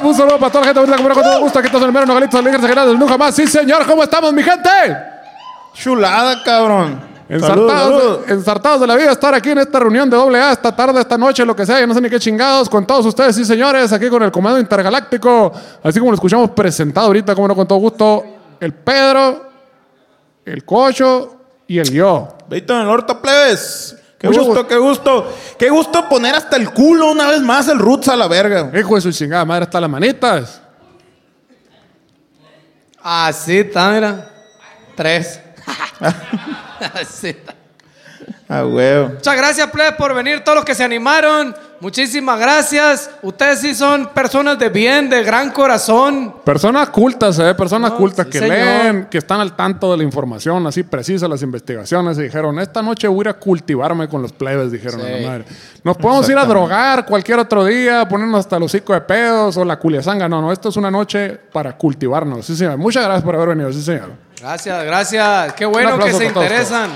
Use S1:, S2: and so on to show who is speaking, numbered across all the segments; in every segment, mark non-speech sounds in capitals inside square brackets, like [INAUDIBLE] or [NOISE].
S1: ¡Wow! Un saludo para toda la gente bonita que me con todo gusto. Aquí todos en el mero Nogalitos, alegres, exagerados, nunca más. Sí, señor, ¿cómo estamos, mi gente?
S2: Chulada, cabrón.
S1: Ensartados,
S2: Salud, salud.
S1: de- ensartados de la vida estar aquí en esta reunión de doble A esta tarde, esta noche, lo que sea, ya no sé ni qué chingados, con todos ustedes, sí señores, aquí con el Comando Intergaláctico, así como lo escuchamos presentado ahorita, como no, con todo gusto, el Pedro, el Cocho y el yo.
S2: Beito en el Horta Plebes. Qué
S1: Mucho
S2: gusto,
S1: gusto.
S2: qué gusto. Qué gusto poner hasta el culo una vez más el Roots a la verga.
S1: Hijo de su chingada madre, hasta las manitas.
S3: Así está, mira. Tres. [LAUGHS] Así está.
S2: Ah, huevo.
S3: Muchas gracias, plebes, por venir, todos los que se animaron. Muchísimas gracias. Ustedes sí son personas de bien, de gran corazón.
S1: Personas cultas, ¿eh? Personas
S3: No,
S1: cultas
S3: sí,
S1: que
S3: señor.
S1: leen, que están al tanto de la información, así precisa las investigaciones. Y dijeron, esta noche voy a ir a cultivarme con los plebes, dijeron a
S3: Sí.
S1: la madre. Nos podemos ir a drogar cualquier otro día, ponernos hasta los hocico de pedos o la culiazanga. No, no, esto es una noche para cultivarnos. Sí, señor. Muchas gracias por haber venido, sí, señor.
S3: Gracias, gracias. Qué bueno
S1: aplauso
S3: que se
S1: para todos,
S3: interesan.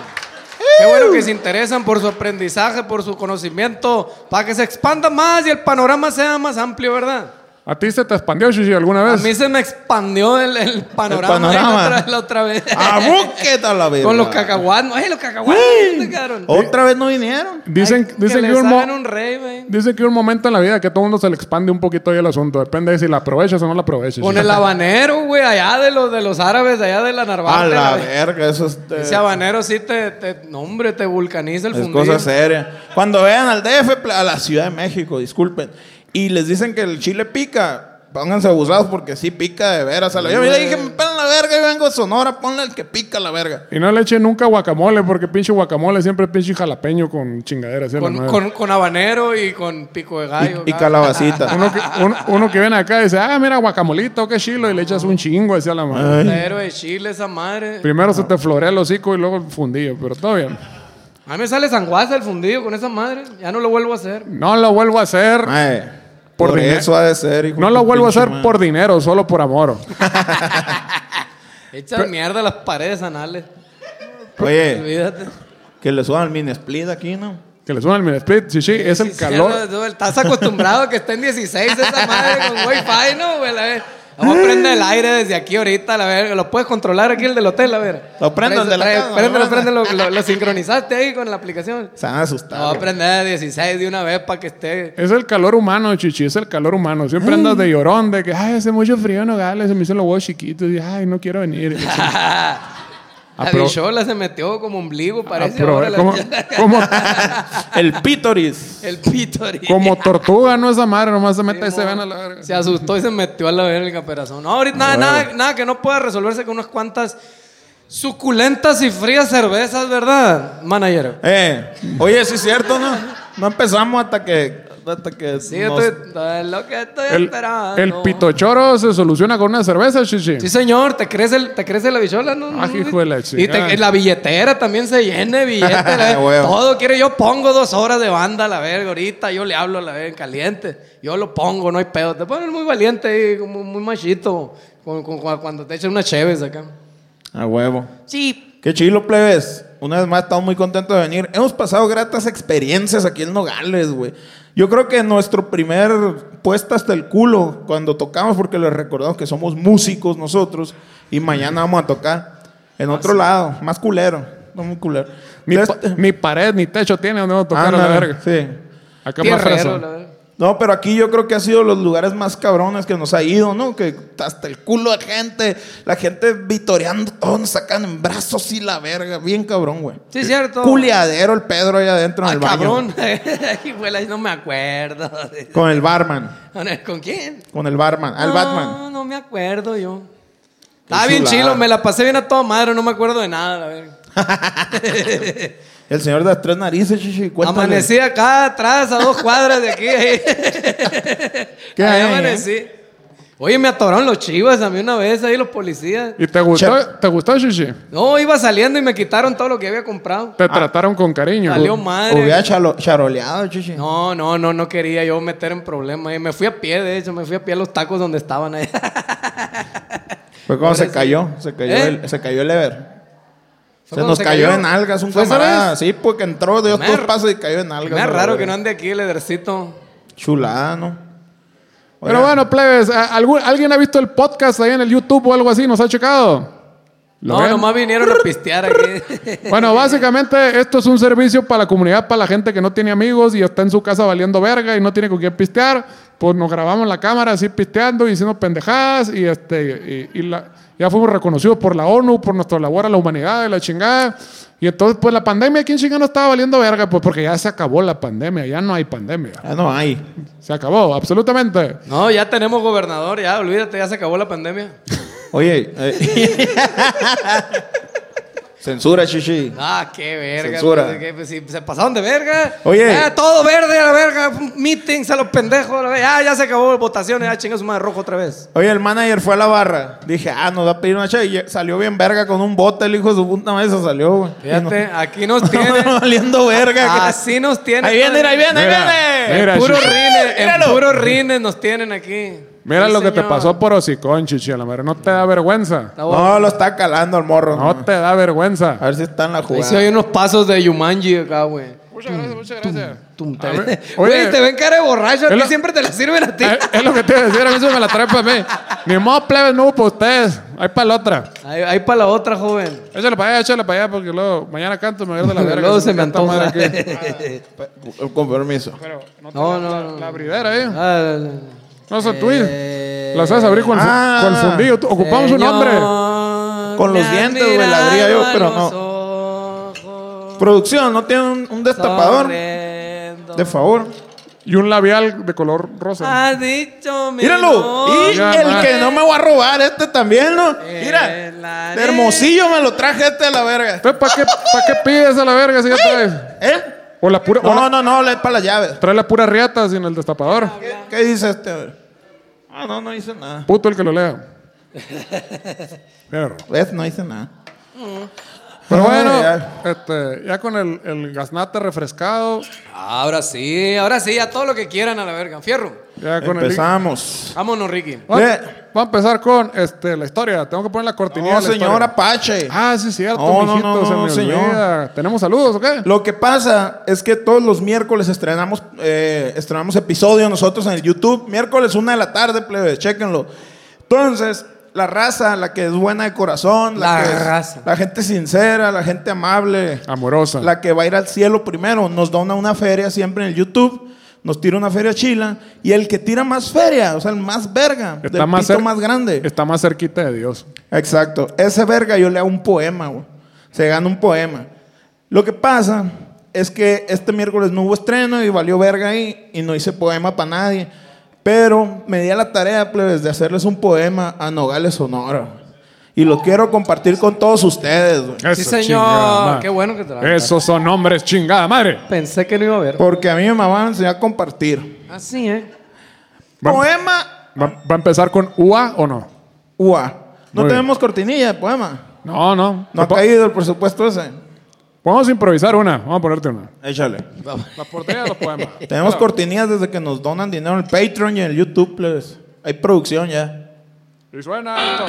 S3: Qué bueno que se interesan por su aprendizaje, por su conocimiento, para que se expanda más y el panorama sea más amplio, ¿verdad?
S1: ¿A ti se te expandió, Shishi, alguna
S3: A
S1: vez?
S3: mí se me expandió el, el panorama,
S2: panorama.
S3: La, otra, [LAUGHS] la otra vez.
S1: Ah,
S2: A buqueta la verga.
S3: Con los cacahuates. Ay, los cacahuates, ¿dónde quedaron?
S2: Otra vez no vinieron.
S1: Dicen,
S3: Ay,
S1: dicen que,
S3: que, le
S1: hubo un mo-
S3: saben un rey, güey.
S1: dicen que hubo un momento en la vida que todo el mundo se le expande un poquito ahí el asunto. Depende de si la aprovechas o no la aprovechas.
S3: Con el habanero, güey, allá de los, de los árabes, de allá de la
S2: A
S3: Narvarte.
S2: la
S3: la-
S2: verga, eso es. eh,
S3: Ese habanero sí te, te- no, hombre, te vulcaniza el
S2: Es
S3: fundido.
S2: cosa seria. Cuando vean al DF, pla- a la Ciudad de México, disculpen, y les dicen que el chile pica, pónganse abusados porque sí pica de veras. A la yo le dije, me pelan la verga, yo vengo de Sonora, ponle el que pica la verga.
S1: Y no le echen nunca guacamole, porque pinche guacamole siempre es pinche jalapeño con chingaderas. ¿sí? La
S3: Con,
S1: madre.
S3: con, con habanero y con pico de gallo.
S2: Y, y
S3: ¿verdad? [LAUGHS]
S2: calabacita.
S1: Uno, que, uno, uno que viene acá y dice, ah, mira, guacamolito, qué chilo, y le echas un chingo, decía la madre.
S3: Habanero de Chile, esa madre.
S1: Primero se te florea el hocico y luego el fundillo, pero todo bien.
S3: A mí me sale sanguaza el fundido con esa madre. Ya no lo vuelvo a hacer.
S1: No lo vuelvo a hacer.
S2: Ay,
S1: Por
S2: por
S1: dinero.
S2: eso ha de ser. hijo
S1: No
S2: de
S1: lo
S2: tu
S1: vuelvo a
S2: pinche
S1: hacer
S2: madre.
S1: por dinero, solo por amor.
S3: Echa mierda a las paredes anales.
S2: Oye,
S3: Olvídate.
S2: que le suban al mini split aquí, ¿no?
S1: Que le suena el mini split, sí, sí, es el
S3: Sí,
S1: calor.
S3: cierto, tú Estás acostumbrado a que esté en 16 esa madre con wifi, ¿no? güey? La ver- Vamos a prender el aire desde aquí ahorita, la ver, lo puedes controlar aquí el del hotel, a ver.
S2: Lo prendo, el de la casa,
S3: Préndelo,
S2: ¿no?
S3: préndelo, lo, lo sincronizaste ahí con la aplicación.
S2: Se van a
S3: Lo voy
S2: asustar.
S3: a prender a 16 de una vez para que esté.
S1: Es el calor humano, chichi, es el calor humano. Siempre andas de llorón, de que, ay, hace mucho frío en Nogales, se me hicieron los huevos chiquitos, y ay, no quiero
S3: [LAUGHS]
S1: venir.
S3: La
S1: Apro-
S3: bichola se metió como ombligo, parece.
S1: Aprove-
S3: ahora la-
S1: ¿Cómo- cómo-
S2: El pítoris.
S3: [LAUGHS] el pito ahorita.
S1: Como tortuga, no esa madre, nomás se mete ese ven a la verga.
S3: Se asustó y se metió a la verga el caparazón. No, ahorita nada, nada, nada que no pueda resolverse con unas cuantas suculentas y frías cervezas, ¿verdad, manager?
S2: Eh, oye, sí es cierto, ¿no? No empezamos hasta que. Hasta que
S3: Sí,
S2: nos-
S3: estoy, todo es lo que estoy
S1: El,
S3: esperando.
S1: el pitochoro se soluciona con una cerveza, chichi.
S3: Sí, señor, te crece, el- te crece la bichola, ¿no?
S1: Ah, hijo de la
S3: Y
S1: chingada.
S3: te- la billetera también se llena de
S1: [LAUGHS]
S3: billetes. la-
S2: Huevo.
S3: todo quiere, yo pongo dos horas de banda a la verga ahorita, yo le hablo a la verga en caliente. Yo lo pongo, no hay pedo. Te pones muy valiente y como muy machito con- con- con- cuando te echan unas cheves acá.
S2: A huevo.
S3: Sí,
S2: Qué chilo, plebes. Una vez más, estamos muy contentos de venir. Hemos pasado gratas experiencias aquí en Nogales, güey. Yo creo que nuestro primer puesta hasta el culo cuando tocamos, porque les recordamos que somos músicos nosotros y mañana vamos a tocar en otro lado, más culero. No muy culero.
S1: Ni, pa-
S2: Este-
S1: ni pared, ni techo tiene donde no tocar a la
S2: Ándale,
S1: verga.
S2: Sí.
S1: Acá más fresa.
S3: Tierrero, la verdad.
S2: No, pero aquí yo creo que ha sido los lugares más cabrones que nos ha ido, ¿no? Que hasta el culo de gente, la gente vitoreando, todos nos sacan en brazos y la verga. Bien cabrón, güey.
S3: Sí, cierto.
S2: Culiadero el Pedro ahí adentro en
S3: Ay,
S2: el baño.
S3: cabrón. [LAUGHS] Ay, güey, ahí no me acuerdo. [LAUGHS]
S2: Con el barman.
S3: ¿Con quién?
S2: Con el barman. Al
S3: no,
S2: Batman.
S3: No, me acuerdo yo. Estaba bien
S2: chulada.
S3: chilo, me la pasé bien a toda madre, no me acuerdo de nada, la verga.
S2: El señor de las tres narices, chichi. Cuéntale.
S3: Amanecí acá atrás, a dos cuadras de aquí. ahí.
S2: [LAUGHS] ¿Qué
S3: Ahí
S2: hay,
S3: amanecí. Oye, me atoraron los chivas a mí una vez, ahí los policías.
S1: ¿Y te gustó,
S2: Che-
S1: te gustó, chichi?
S3: No, iba saliendo y me quitaron todo lo que había comprado.
S1: Te trataron con cariño.
S3: Valió madre.
S2: Hubiera chalo- charoleado, chichi.
S3: No, no, no, no quería yo meter en problemas. ahí. Me fui a pie, de hecho, me fui a pie a los tacos donde estaban ahí.
S2: Fue cuando se
S3: Pobrecito.
S2: cayó. Se cayó,
S3: ¿Eh?
S2: el, se cayó el lever.
S3: Fue
S2: Se
S3: cuando
S2: nos
S3: se
S2: cayó,
S3: cayó.
S2: en algas un
S3: ¿Fue esa
S2: camarada.
S3: vez?
S2: Sí, porque entró, dio
S3: Primero.
S2: dos pasos y cayó en algas.
S3: Me es
S2: a la
S3: raro que
S2: verga.
S3: no ande aquí el ledercito.
S2: Chulada, ¿no?
S1: Pero
S2: Oigan,
S1: bueno, plebes, ¿a- algún- ¿alguien ha visto el podcast ahí en el YouTube o algo así? ¿Nos ha checado? ¿Lo
S3: No,
S1: ven?
S3: nomás vinieron a pistear aquí.
S1: [LAUGHS] Bueno, básicamente esto es un servicio para la comunidad, para la gente que no tiene amigos y está en su casa valiendo verga y no tiene con quién pistear. Pues nos grabamos la cámara así pisteando y diciendo pendejadas y este y, y la- ya fuimos reconocidos por la ONU, por nuestro labor a la humanidad y la chingada. Y entonces, pues la pandemia aquí en Chingada no estaba valiendo verga, pues porque ya se acabó la pandemia, ya no hay pandemia.
S2: Ya no hay.
S1: Se acabó, absolutamente.
S3: No, ya tenemos gobernador, ya, olvídate, ya se acabó la pandemia.
S2: Oye. eh, [LAUGHS] Censura, chichi.
S3: Ah, qué verga.
S2: Censura.
S3: pues, que, pues, sí, se pasaron de verga.
S2: Oye.
S3: Ah, todo verde, a la verga. Meetings a los pendejos. a la verga. Ah, ya se acabó votaciones. Ah, chinga su madre rojo otra vez.
S2: Oye, el manager fue a la barra. Dije, ah, nos va a pedir una chave. Y ya- salió bien verga con un bote, el hijo de su puta madre se salió, güey.
S3: Fíjate, Ah, aquí nos
S2: Y [LAUGHS] no-
S3: tiene.
S2: valiendo verga.
S3: Así nos tiene.
S2: Ahí viene, ahí viene, ahí
S1: Mira,
S2: viene.
S1: mira,
S3: En puros
S1: Chichi.
S3: rines, en
S2: Míralo.
S3: puros rines nos tienen aquí.
S1: Mira
S3: Sí,
S1: lo que te
S3: señor.
S1: pasó por hocicón, chichi, a la madre. No te da vergüenza.
S3: Está bueno.
S2: No, lo está calando el morro.
S1: No
S2: no.
S1: te da vergüenza.
S2: A ver si está en la
S3: Ahí
S1: pues.
S3: se
S2: jugada.
S3: oyen unos pasos de Yumanji acá, güey.
S1: Muchas gracias, muchas gracias.
S3: Tum,
S1: A
S3: te,
S1: ver, oye.
S3: Güey, te ven cara de borracho, a
S1: Es
S3: ti
S1: lo-
S3: siempre te la sirven a ti.
S1: Eh, es lo que te iba a decir, a mí se me la trae para mí. Ni modo, plebes, no hubo para ustedes. Ahí para la otra.
S3: Ahí, ahí para la otra, joven.
S1: Échale para allá, échale para allá, porque luego mañana canto y me
S3: [LAUGHS]
S1: voy de la verga.
S3: Luego se me
S1: canta madre
S3: antoja.
S1: aquí.
S2: Con permiso.
S1: Pero no, te
S3: [LAUGHS] No,
S1: la-
S3: no,
S1: la,
S3: no. Eh,
S1: la abridera, ¿eh?
S3: Ah, la-
S1: No se tuye. La sabes abrir con, el fu-
S2: Ah.
S1: con el fundido. Tú- Ocupamos
S3: Eh,
S1: un hombre.
S3: Señor,
S2: Con los
S3: me
S2: dientes, güey, la
S3: admiraba
S2: abría yo,
S3: a
S2: pero
S3: los
S2: no.
S3: ojos,
S2: Producción, ¿no tiene un, un destapador?
S3: sonriendo.
S2: De favor.
S1: Y un labial de color rosa.
S3: Has dicho mi
S2: Míralo.
S3: nombre.
S2: Y
S1: Ya,
S2: el
S1: ma.
S2: que no me voy a robar, este también, ¿no?
S3: Eh,
S2: Mira.
S3: la
S2: de hermosillo me lo traje este a la verga.
S1: Entonces, ¿para qué, pa' qué pides a la verga si ya traes?
S2: ¿Eh?
S1: O la pura. o la-
S2: No, no, no, es para las llaves.
S1: Trae la pura riata sin el
S3: Ah,
S1: destapador.
S2: ¿Qué, qué dice este? A ver. Ah, no, no dice nada.
S1: Puto el que lo lea. Perro.
S2: ¿Ves? No dice nada.
S3: Mm.
S1: Pero bueno,
S2: Ay, ya.
S1: este, ya con el, el gaznate refrescado,
S3: Ahora sí, ahora sí, a todo lo que quieran a la verga. Fierro.
S1: ya con el
S2: Empezamos. Oh,
S3: Vámonos, Ricky.
S1: Vamos
S2: Eh.
S1: a empezar con este, la historia. Tengo que poner la cortinilla.
S2: No,
S1: de la
S2: señor
S1: historia.
S2: Apache.
S1: Ah, sí, cierto,
S2: No, no,
S1: mijito.
S2: no,
S1: se
S2: no,
S1: me
S2: señor.
S1: olvida. ¿Tenemos saludos o qué?
S2: Lo que pasa es que todos los miércoles estrenamos, eh, estrenamos episodio nosotros en el YouTube. Miércoles una de la tarde, plebe, chéquenlo. Entonces, la raza, la que es buena de corazón, la,
S3: La
S2: que es-
S3: raza.
S2: la gente sincera, la gente amable,
S1: Amorosa.
S2: la que va a ir al cielo primero, nos dona una feria siempre en el YouTube. Nos tira una feria chila y el que tira más feria, o sea, el más verga, el del pito
S1: cer-
S2: más grande.
S1: Está más cerquita de Dios.
S2: Exacto. Ese verga yo le hago un poema, güey. Se gana un poema. Lo que pasa es que este miércoles no hubo estreno y valió verga ahí y no hice poema para nadie. Pero me di a la tarea, plebes, de hacerles un poema a Nogales Sonora. güey. Y lo quiero compartir con todos ustedes, güey.
S1: Eso,
S3: señor.
S1: chingada madre.
S3: Qué bueno que te la-
S1: Esos son nombres, chingada madre.
S3: Pensé que no iba a haber.
S2: Porque a mí me mamá me enseñó a compartir.
S3: Así, ¿eh?
S1: Va,
S2: Poema
S1: va- va a empezar con UA o no?
S2: UA. No
S1: Muy bien.
S2: tenemos cortinilla de poema.
S1: No, no.
S2: No ha caído el presupuesto ese.
S1: Podemos improvisar una. Vamos a ponerte una.
S2: Échale.
S1: La portería de los poemas.
S2: Tenemos cortinillas desde que nos donan dinero en el Patreon y en el YouTube, plebes. Hay producción ya.
S1: Y suena esto.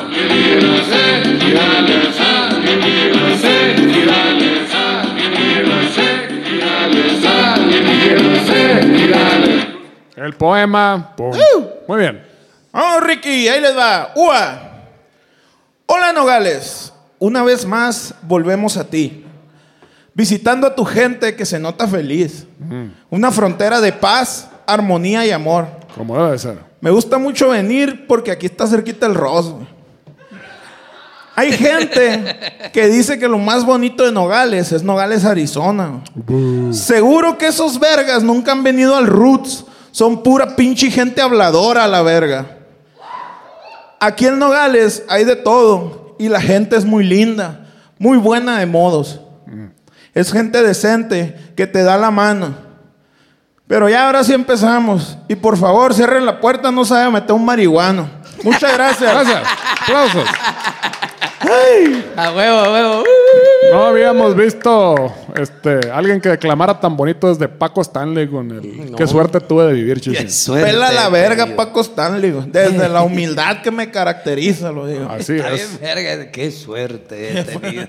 S1: El poema. Pum. Muy bien.
S2: Vamos, Ricky, ahí les va. ¡Ua! Hola, Nogales. Una vez más volvemos a ti. Visitando a tu gente que se nota feliz.
S1: Mm.
S2: Una frontera de paz, armonía y amor.
S1: Como debe de ser.
S2: Me gusta mucho venir porque aquí está cerquita el Ross. güey. Hay gente que dice que lo más bonito de Nogales es Nogales, Arizona. güey. Seguro que esos vergas nunca han venido al Roots. Son pura pinche gente habladora a la verga. Aquí en Nogales hay de todo y la gente es muy linda, muy buena de modos. Es gente decente que te da la mano. Pero ya ahora sí empezamos. Y por favor, cierren la puerta, no se vaya a meter un marihuano. Muchas
S1: [LAUGHS]
S2: gracias.
S1: Gracias. Aplausos.
S3: A huevo, a huevo. Uh,
S1: No habíamos visto este, alguien que declamara tan bonito desde Paco Stanley con el. Qué suerte tuve de vivir, chichi.
S3: Suerte,
S2: Pela la verga,
S3: querido.
S2: Paco Stanley. güey. Desde la humildad que me caracteriza, lo digo.
S1: Así
S3: Está
S1: es.
S3: bien, verga, qué suerte he tenido.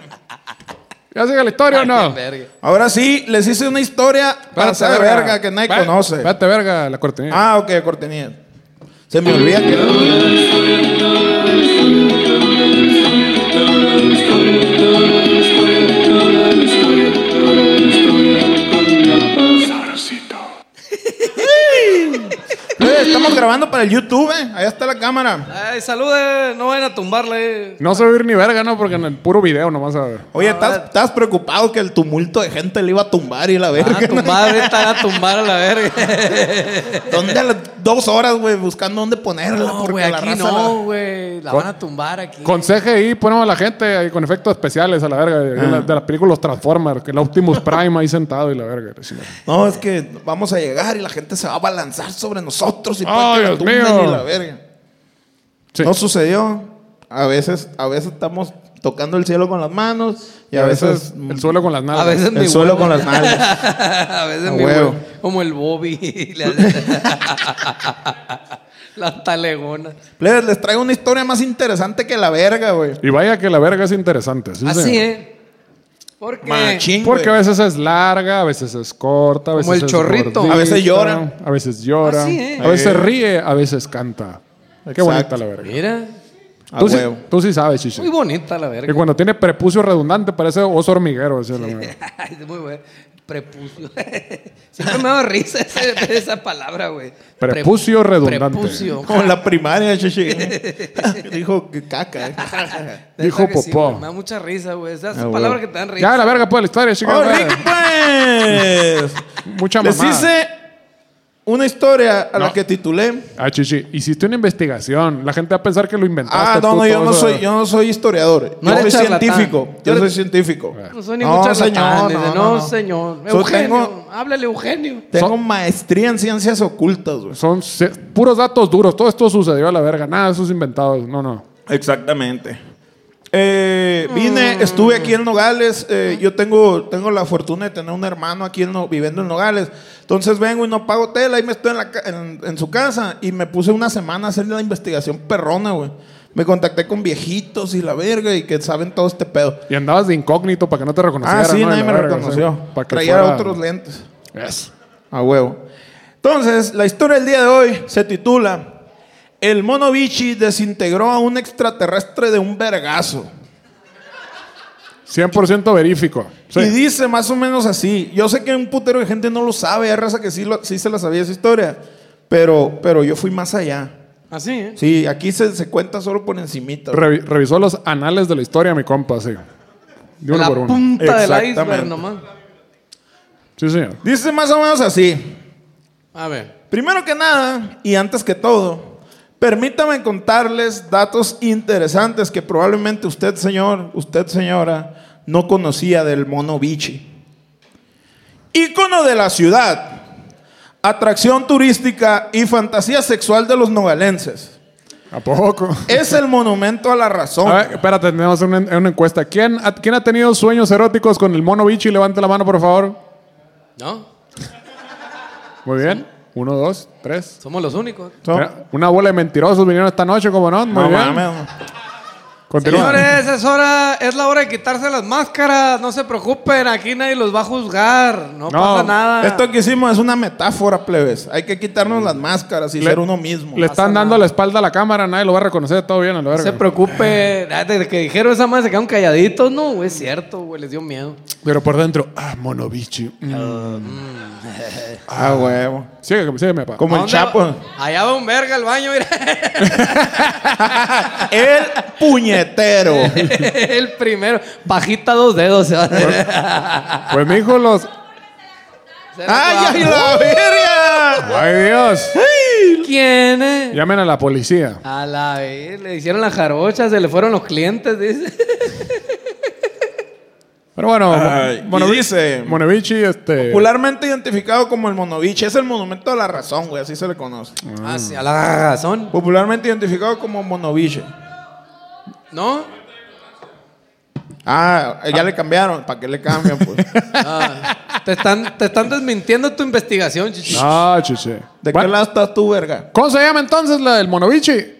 S1: ¿Ya sigue la historia o no?
S2: Ahora sí, les hice una historia para
S1: Espérate,
S2: saber verga que nadie
S1: Ve-
S2: conoce.
S1: Espérate, verga, la cortinilla.
S2: Ah, ok, Cortenía. Se me olvida que era lo que- Eh, Estamos grabando para el YouTube, eh. Allá está la cámara.
S3: Ay, salude, no vayan a tumbarle. eh.
S1: No se va a oír ni verga, ¿no? Porque en el puro video nomás a ver.
S2: Oye, ¿estás, estás preocupado que el tumulto de gente le iba a tumbar y la
S3: Van a
S2: verga.
S3: tumbar, ahorita van a tumbar a la verga.
S2: [LAUGHS] ¿Dónde a las dos horas, güey, buscando dónde ponerla?
S3: No,
S2: porque
S3: güey,
S2: la
S3: aquí
S2: raza
S3: no,
S2: la-
S3: güey. La
S1: Con-
S3: van a tumbar aquí.
S1: Con CGI ponemos a la gente ahí con efectos especiales a la verga. De,
S2: Ah.
S1: la- de las películas Transformers, que el Optimus Prime ahí sentado y la verga.
S2: No, es que vamos a llegar y la gente se va a balanzar sobre nosotros y puede
S1: Ay,
S2: que la
S1: Dios
S2: tumben
S1: mío.
S2: y la verga.
S1: Sí.
S2: No sucedió. A veces, a veces estamos tocando el cielo con las manos y, a veces, mm,
S1: el suelo con las nalgas.
S3: a veces
S2: el
S3: ni
S2: suelo
S3: huevo.
S2: con las manos.
S3: [LAUGHS] a veces
S2: A
S3: mi
S2: huevo.
S3: güey, Como el Bobby. [LAUGHS] le hace- Las talegonas.
S2: [LAUGHS] Plebes, les traigo una historia más interesante que la verga, güey.
S1: Y vaya que la verga es interesante. ¿sí,
S3: Así,
S1: señor?
S3: ¿eh? Porque.
S2: Machín,
S1: Porque a
S2: güey.
S1: veces es larga, a veces es corta, a veces
S3: Como el
S1: es
S3: chorrito.
S1: gordita,
S2: A veces llora.
S1: A veces llora.
S3: Así es.
S1: A veces ríe, a veces canta. Qué
S2: Exacto.
S1: bonita la verga.
S3: Mira.
S2: A
S1: Tú sí,
S2: huevo.
S1: tú sí sabes,
S3: Muy
S1: chichi.
S3: bonita la
S1: Que
S3: verga.
S1: cuando tiene prepucio redundante parece oso hormiguero. así, la verga.
S3: [LAUGHS] Ay, es muy bueno. Prepucio. [LAUGHS] Siempre me da risa esa, esa palabra, güey.
S1: Prepucio
S3: Pre-
S1: redundante.
S3: Prepucio.
S2: Como en la primaria, chichi. [LAUGHS] Dijo que caca. eh. [LAUGHS]
S1: Dijo
S3: [LAUGHS] Neta que sí,
S1: popó.
S3: güey, me da mucha risa, güey. Esas
S2: Ah, güey.
S3: palabras que te dan risa.
S1: Ya la verga pues la historia, chica.
S2: ¡Oh, Rick, pues!
S1: Mucha
S2: Les
S1: mamada.
S2: hice una historia a
S1: No.
S2: la que titulé.
S1: Ah, chichi, hiciste una investigación. La gente va a pensar que lo inventaste.
S2: Ah, no,
S1: tú,
S2: no, yo
S1: todo
S2: no
S1: eso.
S2: soy, yo no soy historiador.
S3: No
S2: yo soy
S3: eres charlatán.
S2: científico.
S3: No
S2: Yo soy
S3: eres-
S2: científico.
S3: No soy ningún charlatán. dice, No, señor.
S2: Yo
S3: Eugenio,
S2: tengo,
S3: háblale, Eugenio.
S2: tengo
S1: Son-
S2: maestría en ciencias ocultas, güey.
S1: Son se- puros datos duros. Todo esto sucedió a la verga. Nada de esos inventados. No, no.
S2: Exactamente. Eh, vine, estuve aquí en Nogales. eh, yo tengo, tengo la fortuna de tener un hermano aquí en No- viviendo en Nogales. Entonces vengo y no pago hotel. Ahí me estoy en, la ca- en- en su casa. Y me puse una semana a hacer la investigación perrona, güey. Me contacté con viejitos y la verga y que saben todo este pedo.
S1: Y andabas de incógnito para que no te
S2: Ah,
S1: reconocieran.
S2: sí,
S1: ¿no? Y
S2: nadie
S1: la
S2: me
S1: verga,
S2: reconoció.
S1: o sea, para que
S2: Traía
S1: fuera-
S2: otros lentes.
S1: Yes.
S2: A huevo. Entonces, la historia del día de hoy se titula El mono bichi desintegró a un extraterrestre de un vergazo.
S1: 100% verífico. Sí.
S2: Y dice más o menos así. Yo sé que un putero de gente no lo sabe, hay raza que sí, lo- sí se la sabía esa historia. Pero, pero yo fui más allá.
S3: Así, ¿eh?
S2: Sí, aquí se, se cuenta solo por encimita. güey.
S1: Revi- revisó los anales de la historia, mi compa, sí. De uno
S3: la
S1: por uno.
S3: punta del iceberg
S2: Exactamente.
S3: nomás.
S1: Sí, señor.
S2: Dice más o menos así.
S3: A ver.
S2: Primero que nada, y antes que todo, permítame contarles datos interesantes que probablemente usted, señor, usted, señora, no conocía del mono bichi. Ícono de la ciudad, atracción turística y fantasía sexual de los nogalenses.
S1: ¿A poco?
S2: Es el monumento a la razón.
S1: A ver, espérate, tenemos una, una encuesta. ¿Quién ha, ¿Quién ha tenido sueños eróticos con el mono bichi? Levante la mano, por favor.
S3: ¿No?
S1: Muy bien. Uno, dos, tres.
S3: Somos los únicos.
S1: Mira, Una bola de mentirosos vinieron esta noche, como no? Muy
S2: No
S1: bien.
S2: mames.
S1: Continúa.
S3: Señores, es hora, es la hora de quitarse las máscaras. No se preocupen, aquí nadie los va a juzgar. No,
S1: No,
S3: pasa nada.
S2: Esto que hicimos es una metáfora, plebes. Hay que quitarnos las máscaras y
S1: Le-
S2: ser uno mismo.
S1: Le están
S3: nada.
S1: dando la espalda a la cámara, nadie lo va a reconocer, todo bien, a la
S3: No se
S1: verga.
S2: [LAUGHS]
S3: preocupen. Ah, Desde que dijeron esa madre se quedaron calladitos, no, güey, es cierto, güey, les dio miedo.
S1: Pero por dentro, ah, mono bichi. Mm.
S2: Ah, huevo.
S1: Sígueme, sígueme, pa.
S2: Como
S3: ¿A
S2: el
S3: dónde va?
S2: Chapo.
S3: Allá va un verga al baño, mira. [LAUGHS]
S2: El
S3: [LAUGHS]
S2: puñetero.
S3: El primero. Pajita dos dedos se va a hacer.
S1: Pues me dijo los.
S2: ¡Ay, ay, la verga!
S1: ¡Ay, Dios!
S3: ¿Quién es?
S1: Llamen a la policía.
S3: A la vez, le hicieron la jarocha, se le fueron los clientes, dice.
S1: Pero bueno,
S2: Ay,
S1: Mono-
S2: y dice-
S1: Mono bichi, este.
S2: Popularmente identificado como el monoviche, es el monumento a la razón, güey, así se le conoce.
S3: Ah, sí, a la razón.
S2: Popularmente identificado como monoviche.
S3: ¿No?
S2: Ah, ya le cambiaron, ¿para qué le cambian?
S1: [LAUGHS]
S2: Pues?
S3: Ah, te, están, te están desmintiendo tu investigación, chichi.
S1: Ah, chiche.
S2: ¿De
S1: Bueno,
S2: qué lado estás tú, verga?
S1: ¿Cómo se llama entonces la del monovichi?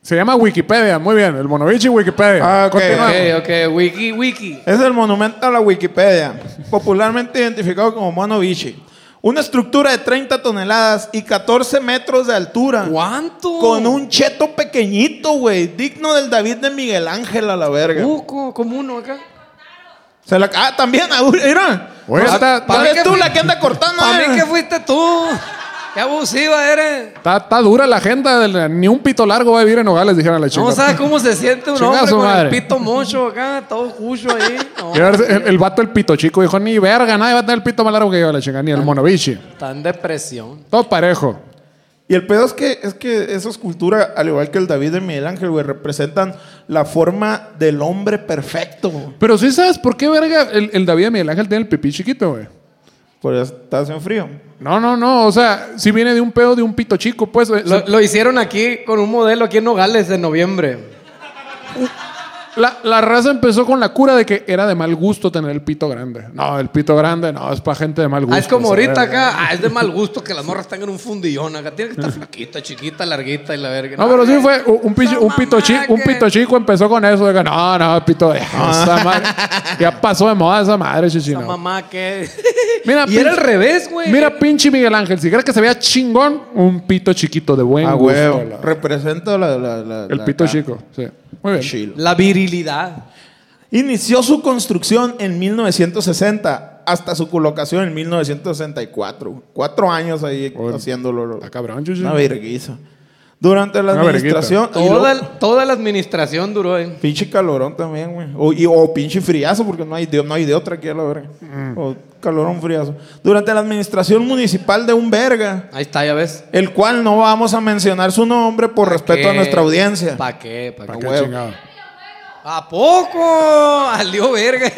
S1: Se llama Wikipedia, muy bien, el Monovichi Wikipedia.
S2: Ah, ok.
S1: Continúa.
S3: Ok, ok, wiki, wiki.
S2: Es el monumento a la Wikipedia, popularmente identificado como Mono Vichy. Una estructura de 30 toneladas y 14 metros de altura.
S3: ¿Cuánto?
S2: Con un cheto pequeñito, güey. Digno del David de Miguel Ángel a la verga.
S3: Uh, co- como uno acá.
S2: Se la- ah, también, ah, mira.
S1: Oye, está,
S2: Tal
S1: está-
S3: pa-
S2: vez
S3: que
S2: tú
S3: fui-
S2: la que anda cortando,
S3: Para mí
S2: eh.
S3: que fuiste tú. Qué abusiva eres.
S1: está- está dura la agenda. del- ni un pito largo va a vivir en Nogales, dijeron a la chica.
S3: No sabes cómo se siente un
S1: Chinga
S3: hombre
S1: su
S3: con
S1: madre.
S3: el pito mocho acá, todo cucho ahí. No,
S1: Y a ver, el, el vato, el pito chico, dijo, ni verga, nadie va a tener el pito más largo que yo, la chica, ni el monovichi.
S3: está en depresión.
S1: Todo parejo.
S2: Y el pedo es que, es que esa escultura, al igual que el David de Miguel Ángel, güey, representan la forma del hombre perfecto. güey.
S1: Pero sí sabes por qué, verga, el, el David de Miguel Ángel tiene el pipí chiquito, güey.
S2: Por eso está haciendo frío.
S1: No, no, no. O sea, si viene de un pedo de un pito chico, pues. eh,
S3: Lo, lo hicieron aquí con un modelo aquí en Nogales de noviembre.
S1: La, la raza empezó con la cura de que era de mal gusto tener el pito grande. No, el pito grande, no, es para gente de mal gusto.
S3: Ah, es como
S1: o sea,
S3: ahorita
S1: verga.
S3: acá. Ah, es de mal gusto que las morras tengan un fundillón acá. Tiene que estar flaquita, chiquita, larguita y la verga.
S1: No, pero sí fue un, un pichi-
S3: Esa
S1: un pito chico,
S3: mamá
S1: un
S3: que-
S1: pito chico empezó con eso de que no, no, pito,
S3: Ah.
S1: esa madre, ya pasó de moda esa madre,
S3: La
S1: chichino.
S3: mamá que. [LAUGHS]
S1: Mira,
S3: y era
S1: pinche-
S3: al revés, güey.
S1: Mira, pinche Miguel Ángel, si crees que se vea chingón, un pito chiquito de buen
S2: Ah,
S1: gusto.
S2: huevo.
S1: la-
S2: Representa la, la- la-
S1: el
S2: la-
S1: pito
S2: la-
S1: chico, sí. Muy bien.
S2: Chilo.
S3: La virilidad.
S2: Inició su construcción en 1960 hasta su colocación en 1964. güey. Cuatro años ahí
S1: Oye,
S2: haciéndolo. lo-
S1: Está cabrón, chichino.
S2: Una verguiza. Durante la
S1: Una verguita.
S2: administración. y luego-
S3: Toda, toda la administración duró, eh.
S2: Pinche calorón también, güey. O, y- o pinche friazo, porque no hay, de, no hay de otra aquí a la verga.
S1: Mm.
S2: O calorón friazo. Durante la administración municipal de un verga,
S3: Ahí está, ya ves.
S2: el cual no vamos a mencionar su nombre por respeto a nuestra audiencia.
S3: ¿Para qué? ¿Para
S1: Ah,
S2: Pa'
S3: qué?
S1: Qué
S2: huevo.
S1: chingado.
S3: ¿A poco? [LAUGHS] Alió verga.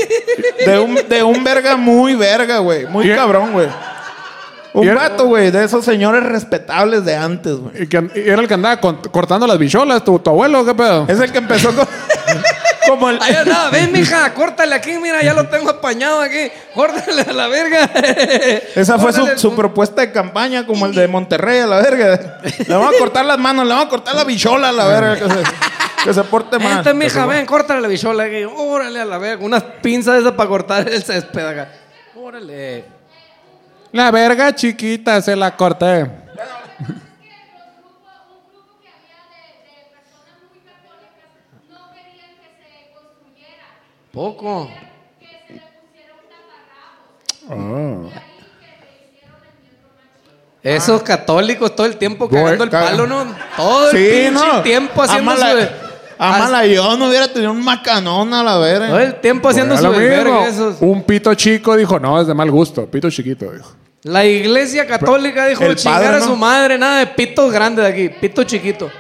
S2: De un, de un verga muy verga, güey. Muy
S1: Y-
S2: cabrón, güey.
S1: y-
S2: Un gato, güey, de esos señores respetables de antes, güey.
S1: Y que an- y era el que andaba con- cortando las bicholas, tu, tu abuelo, ¿qué pedo?
S2: Es el que empezó con... [LAUGHS] como el...
S3: Ahí andaba, ven, mija, córtale aquí, mira, ya lo tengo apañado aquí. Córtale a la verga.
S2: [LAUGHS] Esa fue su,
S3: Córtale el-
S2: su propuesta de campaña, como el de Monterrey, a la verga. Le vamos a cortar las manos, le vamos a cortar la bichola, a la verga, que se, que se porte mal.
S3: Vente, mija, ven, córtale la bichola. que yo, Órale a la verga. Unas pinzas de esas para cortar el césped acá. Órale.
S1: La verga chiquita se la corté.
S3: Poco.
S2: Ah.
S3: Esos católicos todo el tiempo
S2: Güey,
S3: cagando el
S2: caga.
S3: palo, ¿no? Todo el
S2: Sí,
S3: pinche
S2: no.
S3: tiempo haciendo
S2: Ámala-
S3: su...
S2: ámala yo, no hubiera tenido un macanón a la
S3: Todo
S2: verga.
S3: el tiempo haciendo
S1: Era
S3: su
S1: lo
S3: verga
S1: mismo.
S3: esos.
S1: Un pito chico dijo, no, es de mal gusto. Pito chiquito, dijo.
S3: La iglesia católica dijo
S2: el
S3: chingar
S2: padre,
S3: a
S2: ¿no?
S3: su madre, nada de pitos grandes de aquí, pitos chiquitos.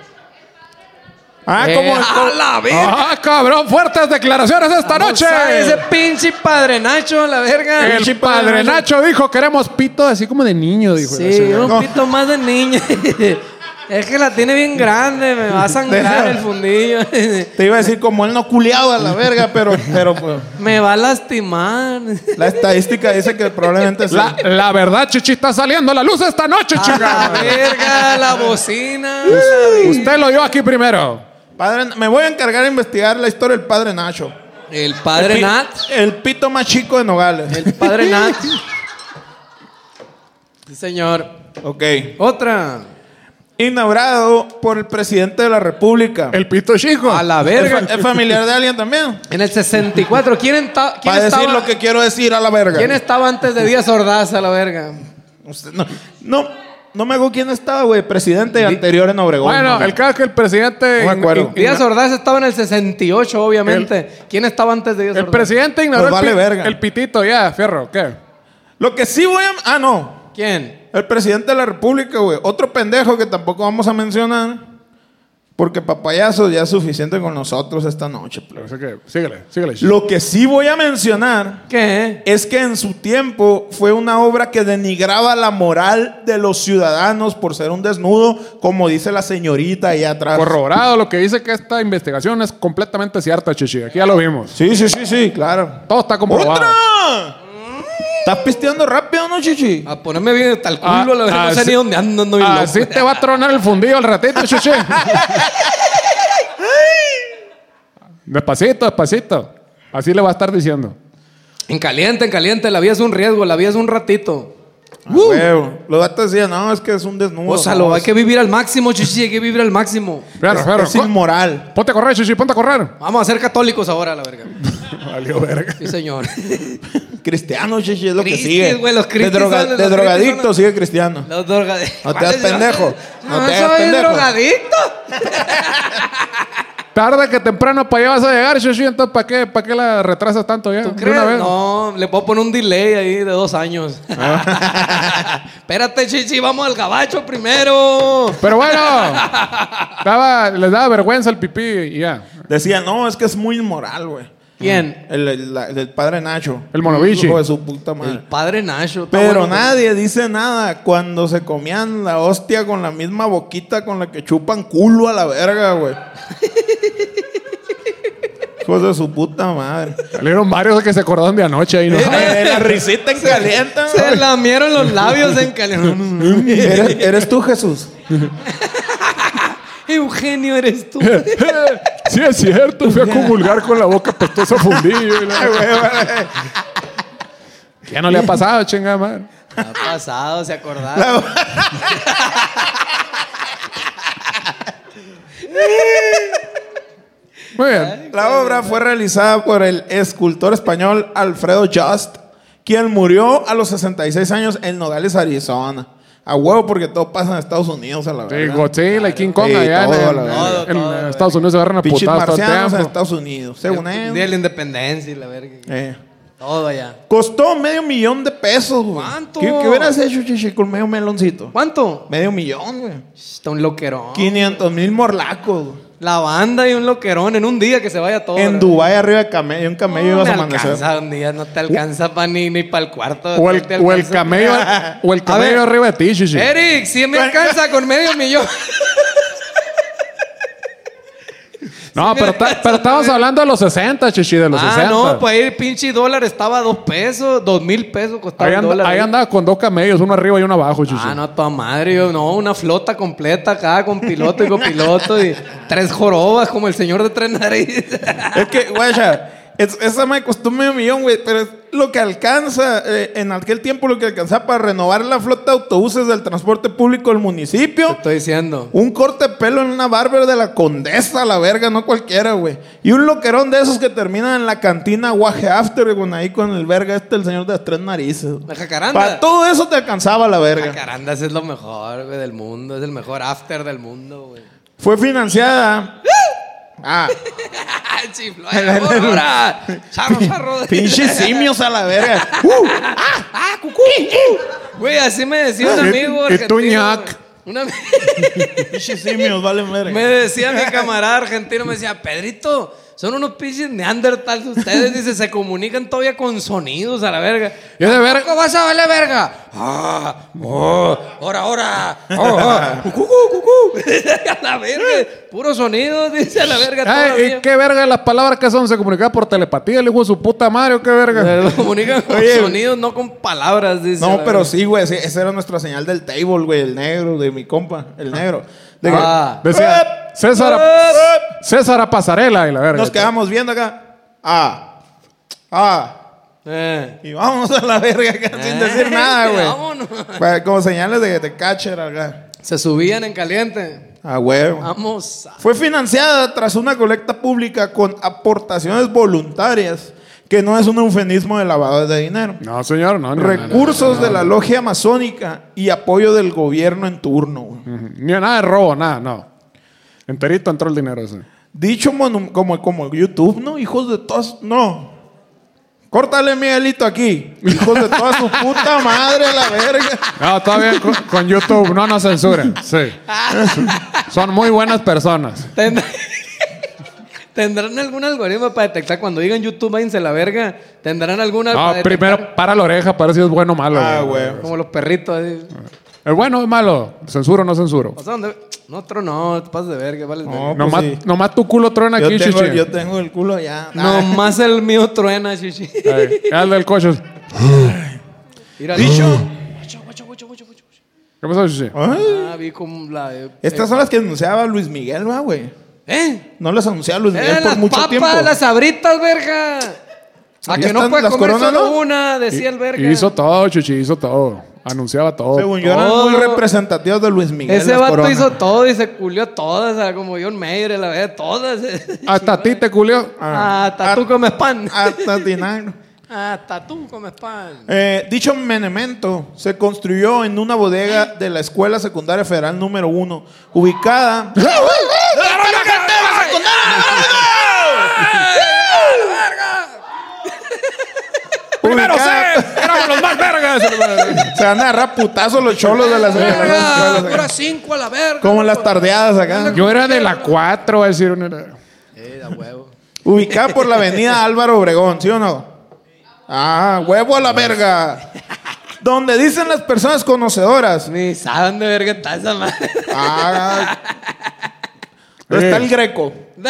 S2: Ah,
S3: Eh, [LAUGHS]
S2: como...
S3: ¡A la verga!
S1: ¡Ah, cabrón! ¡Fuertes declaraciones
S2: Ah,
S1: esta
S3: No
S1: noche!
S3: sabe Ese pinche padre Nacho, la verga.
S1: El padre Nacho dijo, queremos pito así como de niño, dijo. la
S3: Sí,
S1: señora.
S2: No.
S3: un pito más de niña. [LAUGHS] es que la tiene bien grande,
S2: [LAUGHS]
S3: me va a sangrar el fundillo. [LAUGHS]
S2: Te iba a decir, como él no culeaba a la verga, pero, pero pues,
S3: me va
S2: [LAUGHS]
S3: a lastimar.
S2: la estadística dice que probablemente sí.
S1: La, la verdad, Chichi, está saliendo a la luz esta noche,
S3: A
S1: chica.
S3: la verga, la bocina. la vi-
S1: Usted lo dio aquí primero.
S2: Padre, me voy a encargar de investigar la historia del padre Nacho.
S3: el padre
S2: Pi-
S3: Nat.
S2: El pito más chico de Nogales.
S3: El padre Nat. Sí, señor.
S2: Ok.
S3: Otra.
S2: Inaugurado por el presidente de la República.
S1: El pito chico.
S3: A la verga.
S2: ¿Es, fa- es familiar de alguien también?
S3: En el 64. ¿Quién, enta- quién
S2: Para decir
S3: estaba,
S2: lo que quiero decir a la verga.
S3: ¿Quién estaba antes de Díaz Ordaz a la verga?
S2: Usted no, no, no me hago quién estaba, güey. Presidente anterior en Obregón.
S1: bueno,
S2: güey.
S1: el caso es que el presidente...
S2: No me acuerdo.
S1: in- in-
S3: Díaz Ordaz estaba en el 68, obviamente. ¿Quién estaba antes de Díaz
S1: el
S3: Ordaz?
S1: presidente ignoró
S2: Pues vale
S1: el, pi-
S2: verga.
S1: el pitito, ya, fierro, ¿qué?
S2: Lo que sí voy a... Ah, no.
S3: ¿Quién?
S2: El presidente de la República, güey. Otro pendejo que tampoco vamos a mencionar. Porque papayazo ya es suficiente con nosotros esta noche. pues. plebe.
S1: Así que, síguele, síguele. Chichi.
S2: Lo que sí voy a mencionar
S3: ¿Qué?
S2: es que en su tiempo fue una obra que denigraba la moral de los ciudadanos por ser un desnudo, como dice la señorita ahí atrás.
S1: Corroborado lo que dice que esta investigación es completamente cierta, Chichi. Aquí ya lo vimos.
S2: Sí, sí, sí, sí, claro.
S1: Todo está comprobado.
S2: ¡Otra! ¿Estás pisteando rápido, no, Chichi?
S3: A ponerme bien hasta el culo,
S1: Ah,
S3: la verga. No
S1: así-
S3: sé
S2: Ah,
S3: ni dónde ando, ando bien
S1: Así
S3: loco. [LAUGHS]
S1: te va a tronar el fundido al ratito, Chichi. Despacito, despacito. Así le va a estar diciendo.
S3: En caliente, en caliente. La vida es un riesgo, la vida es un ratito.
S2: Ah, huevo. Los datos decían, no, es que es un desnudo.
S3: Gózalo,
S2: no,
S3: hay
S2: es-
S3: que vivir al máximo, chichi, hay que vivir al máximo.
S1: Pero,
S2: es-
S1: pero,
S2: es
S1: co-
S3: [LAUGHS]
S2: inmoral.
S1: Ponte a correr, chichi, ponte a correr.
S3: Vamos a ser católicos ahora, la verga.
S1: Valió verga.
S2: [LAUGHS]
S3: Sí, señor.
S2: Cristiano, chichi, es lo que
S3: Cristis,
S2: sigue.
S3: güey, los
S2: de
S3: cristis
S2: droga-
S3: son- los
S2: de
S3: cristis
S2: drogadicto
S3: son-
S2: sigue cristiano.
S3: Los drogadictos.
S2: No te hagas
S3: [LAUGHS]
S2: pendejo, no te hagas
S3: soy
S2: pendejo.
S3: drogadicto.
S1: Tarde que temprano para allá vas a llegar, chichi. Entonces, ¿para qué, ¿para qué la retrasas tanto ya?
S3: ¿Tú
S1: De
S3: crees?
S1: una vez.
S3: No, le puedo poner un delay ahí de dos años.
S1: Ah.
S3: [LAUGHS] Espérate, chichi, vamos al gabacho primero.
S1: Pero
S3: [LAUGHS]
S1: bueno, daba- les daba vergüenza el pipí y ya.
S2: Decía, no, es que es muy inmoral, güey.
S3: ¿Quién?
S2: El, el- la- el padre Nacho.
S1: El monobichi.
S2: Hijo de su puta madre.
S3: El padre Nacho. está
S2: Pero
S3: bueno,
S2: nadie dice nada cuando se comían la hostia con la misma boquita con la que chupan culo a la verga, [LAUGHS] güey. Hijos de su puta madre.
S1: Salieron varios que se acordaron de anoche ahí, ¿no?
S3: Eh,
S2: Ay, la risita [LAUGHS] en caliente.
S3: Se lamieron los labios
S2: [LAUGHS]
S3: en caliente.
S2: güey. ¿Eres, eres tú, Jesús.
S3: [LAUGHS] Eugenio, eres
S1: [LAUGHS]
S3: tú.
S1: sí, es cierto. Fui a comulgar con la boca pestosa fundillo. y la- Ya no le ha pasado, chingada madre.
S3: ha pasado, se acordaron.
S1: Muy bien.
S2: La obra fue realizada por el escultor español Alfredo Just, quien murió a los 66 años en Nogales, Arizona. A huevo, porque todo pasa en Estados Unidos a la
S1: Sí,
S2: verga.
S1: Godzilla y King Kong
S2: Sí,
S1: allá en-
S2: todo,
S1: en,
S2: la
S3: verga.
S1: en
S3: Todo, todo,
S1: Estados Unidos se agarran a
S2: Pinches
S1: putadas todo el
S2: marcianos en
S1: tiempo.
S2: Estados Unidos. Según
S3: El
S2: él.
S3: Día de la independencia y la verga.
S2: Eh.
S3: Todo allá.
S2: Costó medio millón de pesos, güey.
S3: ¿Cuánto?
S2: ¿Qué, qué hubieras hecho, chichi, con medio meloncito?
S3: ¿Cuánto?
S2: Medio millón, güey.
S3: Está un loquerón.
S2: 500 mil morlacos, güey.
S3: La banda y un loquerón en un día que se vaya todo.
S2: En
S3: la-
S2: Dubái, arriba de camello, un camello
S3: No
S2: ibas
S3: te
S2: a amanecer.
S3: alcanza un día, no te alcanza para ni, ni para el
S2: este,
S3: cuarto.
S1: O
S3: no
S1: el,
S3: te
S1: o el
S3: alcanza.
S1: camello, o el
S3: A
S1: camello
S3: ver. Eh,
S1: arriba de ti, chichi.
S3: Eric, si me alcanza con medio millón.
S1: No, pero,
S3: [LAUGHS]
S1: ta- pero estábamos hablando de los 60, chichi, de [LAUGHS] los
S3: ah,
S1: 60.
S3: no, pues ahí el pinche dólar estaba a dos pesos, dos mil pesos costaba
S1: Ahí,
S3: el
S1: and-
S3: dólar.
S1: ahí
S3: ¿eh?
S1: andaba con dos camellos, uno arriba y uno abajo, chichi.
S3: Ah, no, toda madre, yo, no, una flota completa acá con piloto y copiloto y tres jorobas como el señor de tres narices. [LAUGHS]
S2: Es que, guacha, es- esa me costó medio millón, güey, pero es lo que alcanza, eh, en aquel tiempo lo que alcanzaba para renovar la flota de autobuses del transporte público del
S3: Te
S2: municipio,
S3: estoy diciendo.
S2: un corte de pelo en una barber de la condesa, la verga, no cualquiera, güey. Y un loquerón de esos que terminan en la cantina Guaje After, con ahí con el verga este, el señor de las tres narices.
S3: La jacaranda.
S2: Para todo eso te alcanzaba la verga.
S3: Jacarandas Ah, es lo mejor, güey, del mundo. Es el mejor after del mundo, güey.
S2: Fue financiada. Ah,
S3: ¡Ah, chifló!
S1: [LAUGHS]
S3: ¡Ahora! ¡Charro, charro!
S2: Ah, pinches simios a la
S3: [LAUGHS]
S2: verga. Uh,
S3: ¡Ah, cucú! Güey, así me decía un
S1: Y-
S3: amigo
S1: y tú,
S3: argentino.
S1: ñac.
S3: Un ami- [LAUGHS]
S2: pinches simios, vale
S3: me
S2: verga.
S3: decía mi camarada argentino, me decía, Pedrito, son unos pinches neandertals ustedes. Dice, se comunican todavía con sonidos a la verga.
S1: Y es de verga.
S3: ¿Cómo vas a valer verga? ¡Ah! ¡Oh! ¡Hora, hora! ¡Oh, oh! ¡Cucú, cucú! [LAUGHS] a la verga. Puro sonido, dice a la verga
S1: Ay,
S3: todavía.
S1: ¿Y qué verga las palabras que son? ¿Se comunicaba por telepatía el hijo de su puta madre o qué verga?
S3: Se comunican con
S2: Oye.
S3: sonidos, no con palabras, dice.
S2: No,
S3: la
S2: pero
S3: verga.
S2: sí, güey. sí, esa era nuestra señal del table, güey. El negro, de mi compa, el negro. De que-
S3: Ah.
S1: Decía,
S2: ¡Ep!
S1: César,
S2: ¡Ep!
S1: César a pasarela y la verga.
S2: Nos quedamos viendo acá. Ah. Ah.
S3: Eh.
S2: Y vámonos a la verga acá
S1: Eh,
S2: sin decir nada, güey.
S3: Vámonos.
S2: Pues, Como señales de que te cachen acá.
S3: Se subían en caliente.
S2: Ah, güey.
S3: Vamos. a-
S2: Fue financiada tras una colecta pública con aportaciones voluntarias, que no es un eufemismo de lavado de dinero.
S1: No, señor, no. no, no, no,
S2: Recursos
S1: no,
S2: de la logia masónica y apoyo del gobierno en turno. güey.
S1: no. Ujú. Ni nada de robo, nada, no. Enterito entró el dinero ese.
S2: Dicho monu- como, como YouTube, ¿no? Hijos de todas. No. Córtale, Miguelito, aquí. Hijos de toda su puta madre, la verga.
S1: No, todavía con, con YouTube no nos censuren. Sí. Son muy buenas personas.
S3: Tend- [LAUGHS] ¿Tendrán algún algoritmo para detectar cuando digan YouTube, váyanse a la verga? ¿Tendrán alguna
S1: No,
S3: para detectar?
S1: primero para la oreja para ver si es bueno o malo.
S2: Ah,
S1: güey.
S2: güey.
S3: Como los perritos. así.
S1: ¿Es bueno o es malo? ¿Censuro o no censuro?
S3: O sea, ¿dónde? Nosotros no, te pasas de verga, vale.
S2: No,
S1: nomás,
S2: pues sí.
S1: nomás tu culo truena
S2: Yo
S1: aquí,
S2: tengo,
S1: chichi.
S2: yo tengo el culo ya. Ah.
S3: Ah, Nomás el mío
S2: [LAUGHS]
S3: truena, chichi.
S1: Ahí, Al del coche.
S3: Mira,
S2: Dicho.
S1: ¿Qué pasó, chichi?
S2: Ay,
S3: Ah, vi como la...
S2: Estas son las que anunciaba Luis Miguel, va, güey.
S3: ¿Eh?
S2: No las anuncié a Luis Miguel
S3: Eran
S2: por
S3: las
S2: mucho
S3: papas,
S2: tiempo.
S3: las sabritas, verga. A
S2: Ya
S3: que no
S2: están
S3: puede
S2: las
S3: comer
S2: Corona,
S3: solo
S2: ¿no?
S3: una, decía el verga.
S1: Hizo todo, Chuchi, hizo todo. Anunciaba todo.
S2: Según yo, eran
S3: Todo.
S2: muy representativos de Luis Miguel.
S3: Ese
S2: las
S3: vato
S2: Corona.
S3: hizo todo y se culió todas, o sea, como John Mayer, la verdad, todas. [LAUGHS]
S1: Hasta a ti te culió.
S2: Ah.
S3: Hasta tú comes pan.
S2: Hasta Tinango.
S3: Hasta tú comes pan.
S2: Eh, dicho menemento se construyó en una bodega de la Escuela Secundaria Federal número 1,
S1: [LAUGHS]
S2: ubicada.
S3: ¡Eh!
S1: ¡Primero
S2: Ubicada-
S1: C! ¡Éramos los más vergas!
S2: Se van a agarrar putazos los cholos de las de las escuelas acá.
S3: Pura cinco a la verga.
S2: Como en las tardeadas acá.
S1: [LAUGHS] Yo era de la 4, va a decir una.
S3: Eh, da huevo.
S2: Ubicada por la avenida Álvaro Obregón, ¿sí o no? Ah, huevo a la verga. Donde dicen las personas conocedoras.
S3: Ni saben de verga está
S2: [LAUGHS]
S3: esa madre.
S2: Ah. ¿Dónde está el greco? [LAUGHS]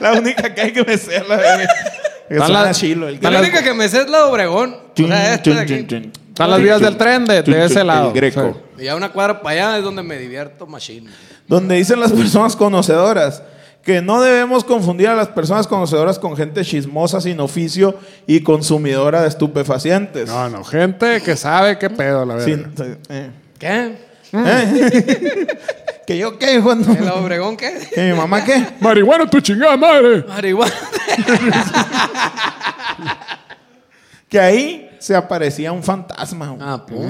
S2: la única que hay que me sé, la verga. Que
S1: Está
S2: suena
S1: la-
S2: chilo, el
S1: está
S2: greco.
S3: La única que me sé es la de Obregón. O sea, esta de aquí.
S1: Están las vías del tren de, de ese lado.
S2: El greco.
S1: Sí.
S3: Y a una cuadra para allá es donde me divierto machine.
S2: Donde dicen las personas conocedoras que no debemos confundir a las personas conocedoras con gente chismosa, sin oficio y consumidora de estupefacientes.
S1: No, no, gente que sabe qué pedo, la verdad.
S2: Sin- eh.
S3: ¿Qué?
S2: ¿Eh? ¿Que yo qué, Juan?
S3: ¿El Obregón qué?
S2: ¿Que mi mamá qué?
S1: Marihuana, tu chingada madre.
S3: [LAUGHS] Marihuana.
S2: Que ahí se aparecía un fantasma. güey.
S3: Ah, pues.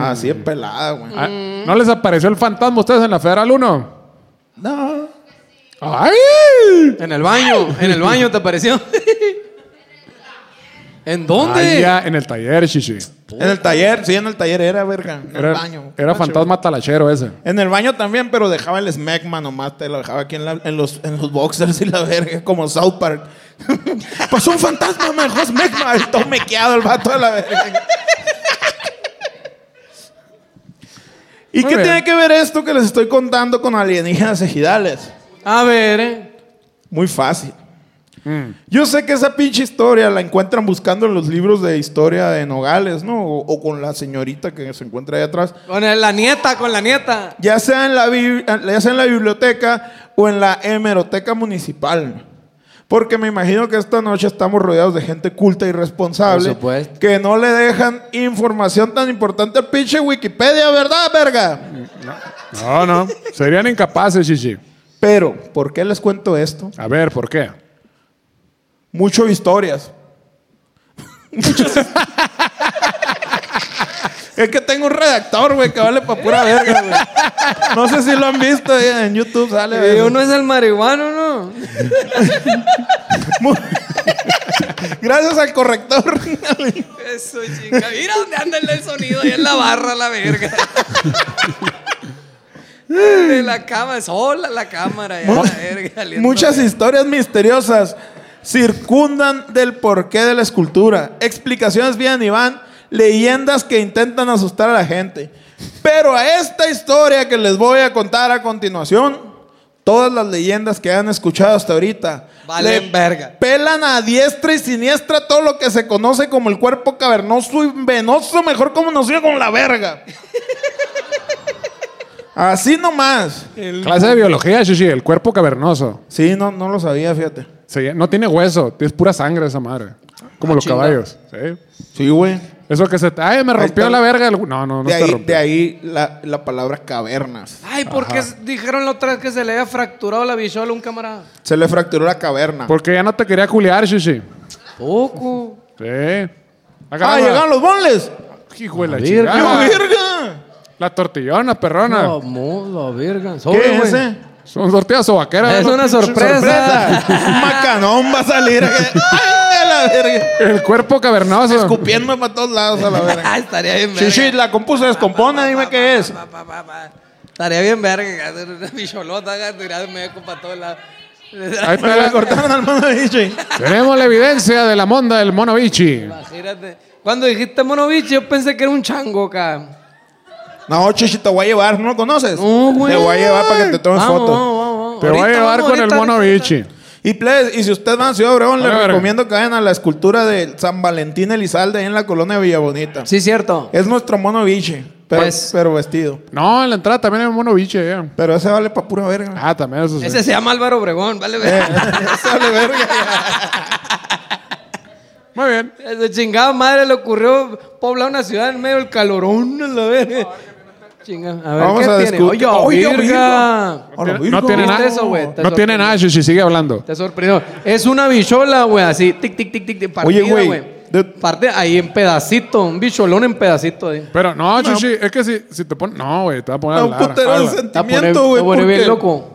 S2: Así es pelada, güey.
S1: Ah, ¿No les apareció el fantasma a ustedes en la Federal 1?
S2: No.
S1: ¡Ay!
S3: En el baño, en el baño te apareció. [LAUGHS] ¿En dónde?
S1: Allá en el taller, chichi.
S2: En el taller, sí, en el taller era, verga. En
S1: Era,
S2: el baño.
S1: era
S2: Cacho.
S1: fantasma talachero ese.
S2: En el baño también, pero dejaba el smegma nomás, te lo dejaba aquí en, la- en los, en los boxers y la verga, como South Park. [LAUGHS] Pasó un fantasma, me dejó smegma, el todo mequeado el vato de la verga. ¿Y
S1: Muy
S2: qué
S1: bien.
S2: tiene que ver esto que les estoy contando con alienígenas ejidales?
S3: A ver, eh.
S2: Muy fácil.
S3: Mm.
S2: Yo sé que esa pinche historia la encuentran buscando en los libros de historia de Nogales, ¿no? O, o con la señorita que se encuentra ahí atrás.
S3: Con el- la nieta, con la nieta.
S2: Ya sea, en la bib- ya sea en la biblioteca o en la hemeroteca municipal. Porque me imagino que esta noche estamos rodeados de gente culta y responsable.
S3: Por supuesto.
S2: Que no le dejan información tan importante al pinche Wikipedia, ¿verdad, verga?
S1: No, no. Serían incapaces, chichi.
S2: Pero, ¿por qué les cuento esto?
S1: A ver, ¿por qué?
S2: Mucho historias. [LAUGHS] es que tengo un redactor, güey, que vale para pura verga, güey. No sé si lo han visto ahí en YouTube, sale.
S3: Y
S2: güey.
S3: uno es el marihuano, ¿no?
S2: [LAUGHS] Gracias al corrector.
S3: Eso, chica. Mira dónde anda el sonido ahí en la barra, la verga. De la cama, sola la cámara, ya, la verga. oliendo
S2: Muchas
S3: verga.
S2: historias misteriosas circundan del porqué de la escultura. Explicaciones bien y van, leyendas que intentan asustar a la gente. Pero a esta historia que les voy a contar a continuación, todas las leyendas que han escuchado hasta ahorita
S3: Valen
S2: le
S3: verga.
S2: Pelan a diestra y siniestra todo lo que se conoce como el cuerpo cavernoso y venoso, mejor conocido como la
S3: [LAUGHS]
S2: verga. Así nomás.
S1: Clase de biología, chichi. El cuerpo cavernoso.
S2: Sí, no, no lo sabía, fíjate.
S1: Se- no tiene hueso. Es pura sangre esa madre. Como
S2: Ah,
S1: los
S3: chinga.
S1: caballos. Sí.
S2: Sí, güey.
S1: Eso que se... te- Ay, me rompió
S2: está.
S1: la verga. el- No, no, no
S2: De
S1: se
S2: ahí,
S1: rompió.
S2: de ahí la, la palabra cavernas.
S3: Ay, ¿por qué dijeron la otra vez que se le había fracturado la bichola a un camarada?
S2: Se le fracturó la caverna.
S1: Porque ya no te quería culiar, chichi.
S3: Poco.
S1: Sí.
S2: ¡Ah, llegaron los bonles!
S1: Hijo de la
S3: A ver,
S2: ¡Qué
S1: chingada.
S2: verga!
S1: La tortillona, perrona.
S3: Vamos, la verga. Sobre,
S2: Ah. ¿Qué es
S3: güey.
S2: ese?
S1: Son tortillas o vaqueras.
S3: Es
S1: ¿no?
S3: una
S1: Pinche
S3: sorpresa.
S2: ¡Sorpresa! Un macanón va a salir. ¡Ay, a la verga!
S1: El cuerpo cavernoso.
S2: Escupiendo para todos lados a la verga.
S3: [LAUGHS] Ah, estaría bien verga.
S2: Chichi, la compuso, descompone, dime qué es.
S3: Pa, pa, pa, pa. Estaría bien verga que hacer una bicholota acá tirada en medio para todos lados.
S1: Ahí
S2: Me la
S1: está.
S2: cortaron al mano de Chichi.
S1: Tenemos la evidencia de la monda del mono bichi.
S3: Imagínate. Cuando dijiste monobiche, yo pensé que era un chango acá.
S2: No, Chichi, te voy a llevar, ¿no lo conoces?
S3: No, güey.
S2: Te voy a llevar para que te tomes
S3: Vamos,
S2: fotos.
S3: vamos, vamos, vamos.
S1: Te voy a
S3: Ahorita,
S1: llevar
S3: vamos,
S1: con el
S3: ahorita,
S1: mono
S3: ahorita.
S1: bichi.
S2: Y plebes, y si ustedes van a Ciudad Obregón,
S1: Vale,
S2: les
S1: verga.
S2: recomiendo que vayan a la escultura de San Valentín Elizalde ahí en la colonia Villabonita.
S3: Sí, cierto.
S2: Es nuestro mono biche. Pero,
S3: Pues-
S2: pero vestido.
S1: No, en la entrada también hay un mono biche. eh.
S2: Pero ese vale para pura verga.
S1: Ah, también eso sí.
S3: Ese se llama Álvaro Obregón, vale.
S2: [LAUGHS] Eh. ese vale verga.
S1: Muy bien.
S3: [LAUGHS] Ese chingada madre le ocurrió poblar una ciudad en medio del calorón, a la verga. Chingada. A ver,
S2: Vamos
S3: ¿qué
S2: a
S3: tiene?
S2: discutir.
S3: Oye,
S2: Oye,
S3: virga.
S2: virga. Ahora,
S1: Tiene- no
S2: virgo.
S1: tiene
S3: ¿Viste
S1: nada.
S3: eso, güey? Te
S1: no tiene
S3: sorprendió.
S1: nada, Shishi, sigue hablando.
S3: Te sorprendió. Es una bichola, güey, así, tic, tic, tic, tic, tic, partida,
S2: Oye, güey,
S3: güey.
S2: de-
S3: Parte ahí en pedacito, un bicholón en pedacito. eh. ahí.
S1: Pero no, Shishi, es que si, si te pones. No, güey, te va a poner a
S2: No, un
S1: hablar.
S2: putero de
S1: Habla.
S3: Te va a poner-
S2: sentimiento,
S3: te
S2: güey.
S3: va a poner bien
S2: porque
S3: loco.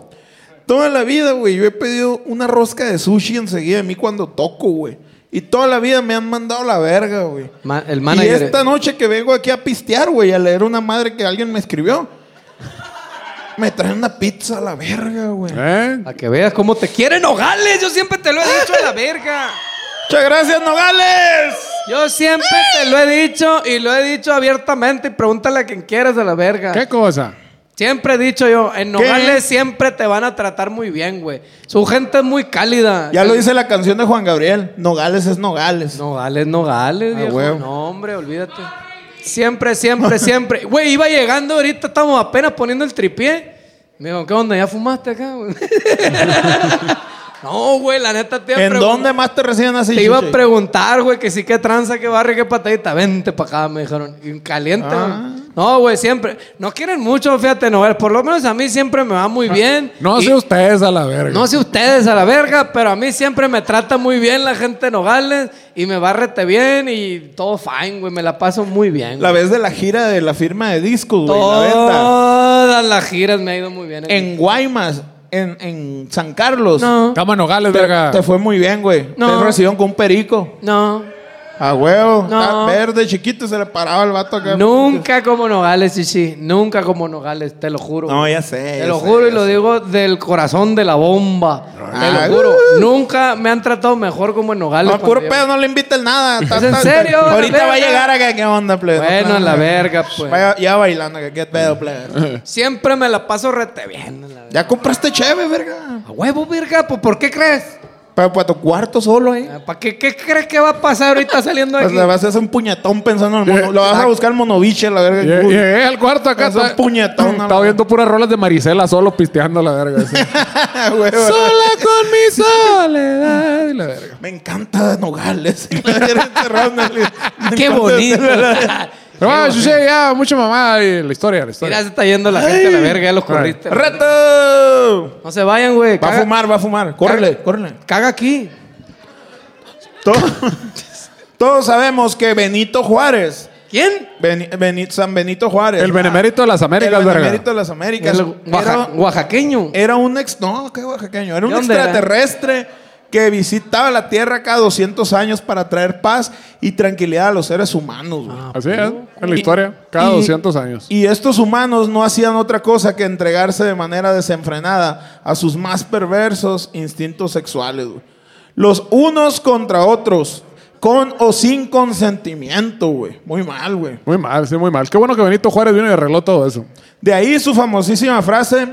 S2: Toda la vida, güey, yo he pedido una rosca de sushi enseguida de mí cuando toco, güey. Y toda la vida me han mandado la verga, güey.
S3: Ma- el
S2: Y
S3: manager.
S2: esta noche que vengo aquí a pistear, güey, a leer una madre que alguien me escribió, me traen una pizza a la verga, güey.
S1: ¿Eh?
S3: Para que veas cómo te quieren Nogales. Yo siempre te lo he dicho a la verga.
S2: Muchas gracias, Nogales.
S3: Yo siempre te lo he dicho y lo he dicho abiertamente. Y pregúntale a quien quieras a la verga.
S1: ¿Qué cosa?
S3: Siempre he dicho yo, en Nogales siempre te van a tratar muy bien, güey. Su gente es muy cálida.
S2: Ya lo dice la canción de Juan Gabriel. Nogales es Nogales.
S3: Nogales, Nogales,
S2: Ah,
S3: viejo.
S2: huevo.
S3: No, hombre, olvídate. Siempre, siempre, siempre. Güey, iba llegando ahorita, estamos apenas poniendo el tripié. Me dijo, ¿qué onda? ¿Ya fumaste acá, [LAUGHS] güey? no, güey, la neta te iba a
S2: ¿En
S3: pregun-
S2: dónde más te reciben así?
S3: Te iba a
S2: chiche?
S3: preguntar, güey, que sí, qué tranza, qué barrio, qué patadita. Vente para acá, me dijeron. Y Caliente, güey.
S2: Ah.
S3: No, güey, siempre. No quieren mucho, fíjate, Nogales. Por lo menos a mí siempre me va muy
S2: Ah,
S3: bien.
S1: No
S3: Y-
S1: sé ustedes a la verga.
S3: no sé ustedes a la verga, pero a mí siempre me trata muy bien la gente de Nogales y me bárrete bien y todo fine, güey. Me la paso muy bien.
S2: La
S3: güey.
S2: vez de la gira de la firma de discos, güey. La venta.
S3: Todas las giras me ha ido muy bien. ¿eh?
S2: En Guaymas, en, en San Carlos.
S3: No,
S1: Estamos en Nogales,
S2: Te,
S1: verga.
S2: te fue muy bien, güey.
S3: No.
S2: Te recibieron con un perico.
S3: no.
S2: A huevo.
S3: No.
S2: Está Verde, chiquito, se le paraba el vato acá.
S3: Nunca como Nogales, sí, sí. Nunca como Nogales, te lo juro.
S2: No,
S3: güey.
S2: ya sé.
S3: Te
S2: ya
S3: lo
S2: sé,
S3: juro y
S2: ya
S3: lo
S2: sé.
S3: digo del corazón de la bomba.
S2: Ah.
S3: Te lo juro. Nunca me han tratado mejor como en Nogales.
S2: No,
S3: cuando
S2: puro
S3: yo-
S2: pedo, no le invitan nada. Está-
S3: pues, ¿Es en
S2: está-
S3: serio?
S2: está-
S3: La
S2: Ahorita va a
S3: verga.
S2: llegar acá, ¿qué onda, plebe?
S3: Bueno, la verga, pues.
S2: Vaya- ya bailando, acá, ¿qué pedo, [LAUGHS] plebe?
S3: Siempre me la paso rete bien. la
S2: ya compraste cheve, verga.
S3: A huevo, verga, pues ¿por qué crees?
S2: Pero para tu cuarto solo, eh.
S3: ¿Para qué, qué crees que va a pasar ahorita saliendo de
S2: Pues
S3: aquí?
S2: le vas a hacer un puñetón pensando en el mono. Lo vas a buscar monoviche, la verga.
S1: Lle- Llegué al cuarto acá.
S2: Es un
S1: está-
S2: puñetón, a la
S1: Estaba viendo puras rolas de Marisela solo pisteando a la verga. [LAUGHS] así.
S2: [LAUGHS] Güey, güey.
S1: Sola con mi soledad. y la verga.
S2: Me encanta Nogales. [LAUGHS] La verga, encerrado en el-
S3: Ah,
S2: [LAUGHS]
S3: ¡Qué bonito!
S1: Pero bueno, yo sé ya, mucha mamá y la historia, la historia.
S3: Mira, se está yendo la gente a la verga, ya los corriste.
S2: ¡Reto!
S3: No se vayan, güey.
S2: Va a
S3: Caga,
S2: fumar, va a fumar. Córrele,
S3: Caga.
S2: córrele.
S3: caga aquí.
S2: To- [LAUGHS] Todos sabemos que Benito Juárez,
S3: ¿Quién?
S2: Beni- Beni- San Benito Juárez,
S1: El benemérito de las Américas,
S2: el
S1: verga.
S2: benemérito de las Américas,
S3: El
S2: era,
S3: oaxa- oaxaqueño.
S2: era un ex, no, qué oaxaqueño, era un
S3: ¿De dónde era?
S2: extraterrestre que visitaba la Tierra cada 200 años para traer paz y tranquilidad a los seres humanos. güey.
S3: Ah, pues.
S1: Así es, en la historia, cada
S2: Y-
S1: 200 años.
S2: Y estos humanos no hacían otra cosa que entregarse de manera desenfrenada a sus más perversos instintos sexuales. güey. Los unos contra otros, con o sin consentimiento, güey. Muy mal, güey.
S1: Muy mal, sí, muy mal. Qué bueno que Benito Juárez vino y arregló todo eso.
S2: De ahí su famosísima frase,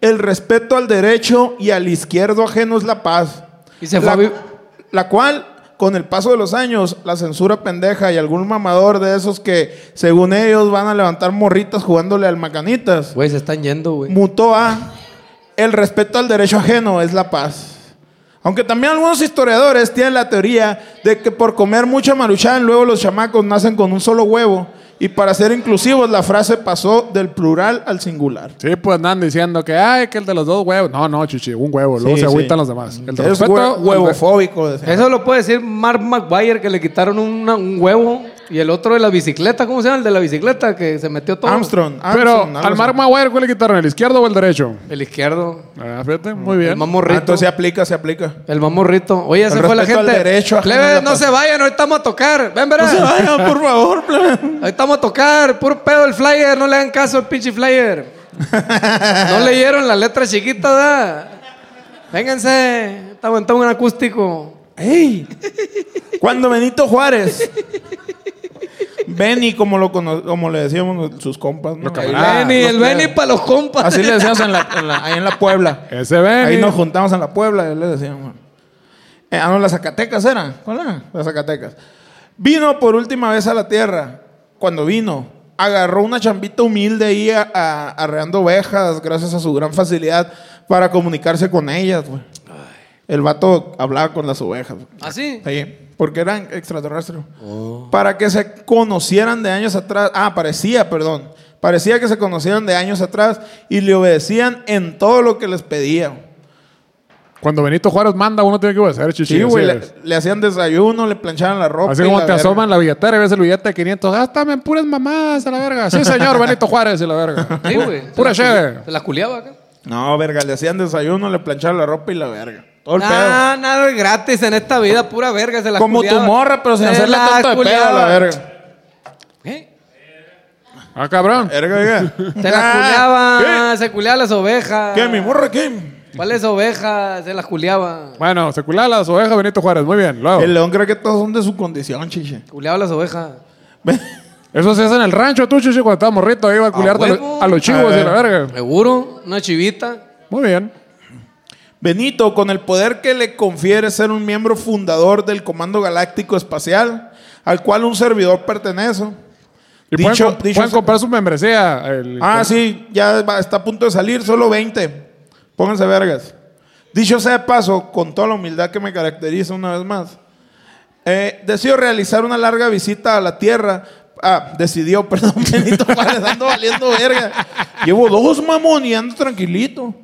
S2: el respeto al derecho y al izquierdo ajeno es la paz.
S3: Y se fue
S2: la,
S3: a vi-
S2: la cual, con el paso de los años, la censura pendeja y algún mamador de esos que, según ellos, van a levantar morritas jugándole al macanitas.
S3: Güey, se están yendo, güey.
S2: mutó a el respeto al derecho ajeno es la paz. Aunque también algunos historiadores tienen la teoría de que por comer mucha maruchan luego los chamacos nacen con un solo huevo y para ser inclusivos la frase pasó del plural al singular.
S1: Sí, pues andan diciendo que, ay, que el de los dos huevos. No, no, chichi, un huevo. Luego
S2: Sí,
S1: se agüitan
S2: sí.
S1: los demás. El de
S2: es
S1: respeto,
S2: hue- huevofóbico. decía.
S3: Eso lo puede decir Mark McGuire, que le quitaron una- un huevo. Y el otro de la bicicleta, ¿cómo se llama? El de la bicicleta, que se metió todo.
S2: Armstrong.
S1: Pero
S2: Armstrong, algo
S1: al
S2: así.
S1: Mark Maguire, ¿cuál le quitaron? ¿El izquierdo o el derecho?
S3: El izquierdo.
S1: Ah, fíjate, muy bien.
S3: El más
S2: Ah,
S3: morrito.
S2: entonces se aplica, se aplica.
S3: El más morrito. Oye, se fue la
S2: respeto al
S3: gente.
S2: derecho, ajeno a la
S3: Plebe, no
S2: paz.
S3: se vayan, ahorita vamos a tocar. Ven, verás.
S2: No se vayan, por favor. plebe.
S3: Ahorita vamos a tocar, puro pedo el flyer, no le hagan caso al pinche flyer.
S2: [LAUGHS]
S3: No leyeron la letra chiquita, da. Vénganse, está aguantando un acústico.
S2: ¡Ey! Cuando Benito Juárez. Benny, como, lo cono- como le decíamos sus compas. ¿no?
S1: Los
S2: Ahí-
S1: camaradas. Ah,
S3: Benny,
S2: no
S3: el
S2: creo.
S3: Benny para los compas.
S2: Así le
S3: [LAUGHS]
S2: decíamos en la, en la- ahí en la Puebla.
S1: Ese Benny.
S2: Ahí nos juntamos en la Puebla, le decíamos. Eh, ah, no, las Zacatecas eran. ¿Cuál era? Las Zacatecas. Vino por última vez a la tierra. Cuando vino, agarró una chambita humilde ahí a- a- arreando ovejas, gracias a su gran facilidad para comunicarse con ellas, güey. El vato hablaba con las ovejas. güey.
S3: ¿Ah, sí?
S2: Sí, porque eran extraterrestres. Para que se conocieran de años atrás. Ah, parecía, perdón. Parecía que se conocieran de años atrás y le obedecían en todo lo que les pedían.
S1: Cuando Benito Juárez manda, uno tiene que obedecer, chichi.
S2: Sí,
S1: así
S2: güey. Le,
S1: es.
S2: le hacían desayuno, le planchaban la ropa.
S1: Así
S2: y
S1: como
S2: la
S1: te
S2: verga.
S1: asoman la billetera y ves el billete de 500. Gástame en puras mamadas a la verga. Sí, señor Benito Juárez a la verga.
S3: Sí, güey.
S1: Pura
S3: Se la culi-
S1: cheve.
S3: Se la culiaba acá.
S2: No, verga, le hacían desayuno, le planchaban la ropa y la verga. Todo el
S3: Nah, nada es gratis en esta vida, pura verga. Se Ah, la
S2: pedo. Como tu
S3: culiaba.
S2: morra, pero sin
S3: Se
S2: hacerle
S3: la
S2: tanto de pedo a la
S3: culiaba.
S2: verga.
S3: ¿Eh?
S1: Ah, cabrón.
S2: Verga, [LAUGHS] verga.
S3: Se la culeaba, se culeaba las ovejas.
S2: Ah, ¿Qué? ¿Qué? ¿Mi morra qué?
S3: ¿Cuáles ovejas? Se las culeaba.
S1: Bueno, se culaba las ovejas Benito Juárez. Muy bien, luego.
S2: El león cree que todos son de su condición, chiche.
S3: Culeaba las ovejas.
S1: Eso se hace en el rancho, tú, chichi, cuando estabas morrito. Iba a culiarte a, los-
S3: huevo.
S1: a los chivos
S2: A
S1: y
S2: ver.
S1: la verga.
S3: Seguro, una chivita.
S1: Muy bien.
S2: Benito, con el poder que le confiere ser un miembro fundador del Comando Galáctico Espacial, al cual un servidor pertenece.
S1: Y
S2: Dicho-
S1: pueden, comp-
S2: dicho
S1: pueden
S2: se-
S1: comprar su membresía. el-
S2: Ah, sí, ya va- está a punto de salir, solo 20. Pónganse vergas. Dicho sea de paso, con toda la humildad que me caracteriza una vez más, eh, decido realizar una larga visita a la Tierra. Ah, decidió, [LAUGHS] perdón, Benito Juárez, ando valiendo verga. Llevo dos, mamón, y ando tranquilito.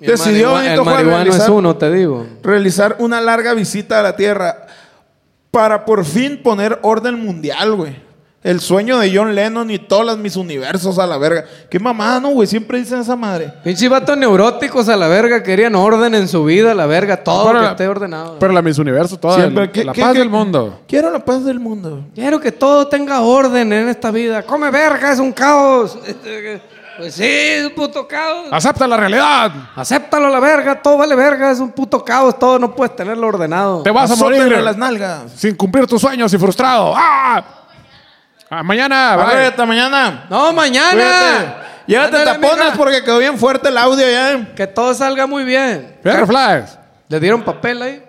S3: El
S2: Decidió
S3: marihua-
S2: Benito
S3: El
S2: Juárez
S3: marihuano es
S2: realizar-
S3: uno, te digo.
S2: realizar una larga visita a la Tierra para por fin poner orden mundial, güey. El sueño de John Lennon y todas las mis universos a la verga. Qué mamada, ¿no, güey? Siempre dicen esa madre.
S3: Pinche vatos neuróticos a la verga, querían orden en su vida, a la verga, todo
S1: Pero
S3: que
S1: la-
S3: esté ordenado.
S1: Pero la Miss Universo, toda.
S2: Siempre.
S1: el-
S2: ¿Qué-
S1: la
S2: qué-
S1: paz
S2: qué-
S1: del mundo.
S2: Quiero la paz del mundo.
S3: Quiero que todo tenga orden en esta vida. Come verga, es un caos. [LAUGHS] Pues sí, es un puto caos.
S1: ¡Acepta la realidad!
S3: Acéptalo a la verga, todo vale verga, es un puto caos, todo no puedes tenerlo ordenado.
S1: ¡Te vas a
S2: Azótenle
S1: morir!
S2: las nalgas.
S1: Sin cumplir tus sueños y frustrado. ¡Ah! Ah, mañana, bye.
S2: Arre, hasta mañana.
S3: No, mañana.
S2: Cuídate. Llévate
S3: Ándale,
S2: tapones
S3: mija.
S2: porque quedó bien fuerte el audio ¿eh? ya.
S3: Que todo salga muy bien.
S1: Fierro Flags.
S3: ¿Le dieron papel ahí?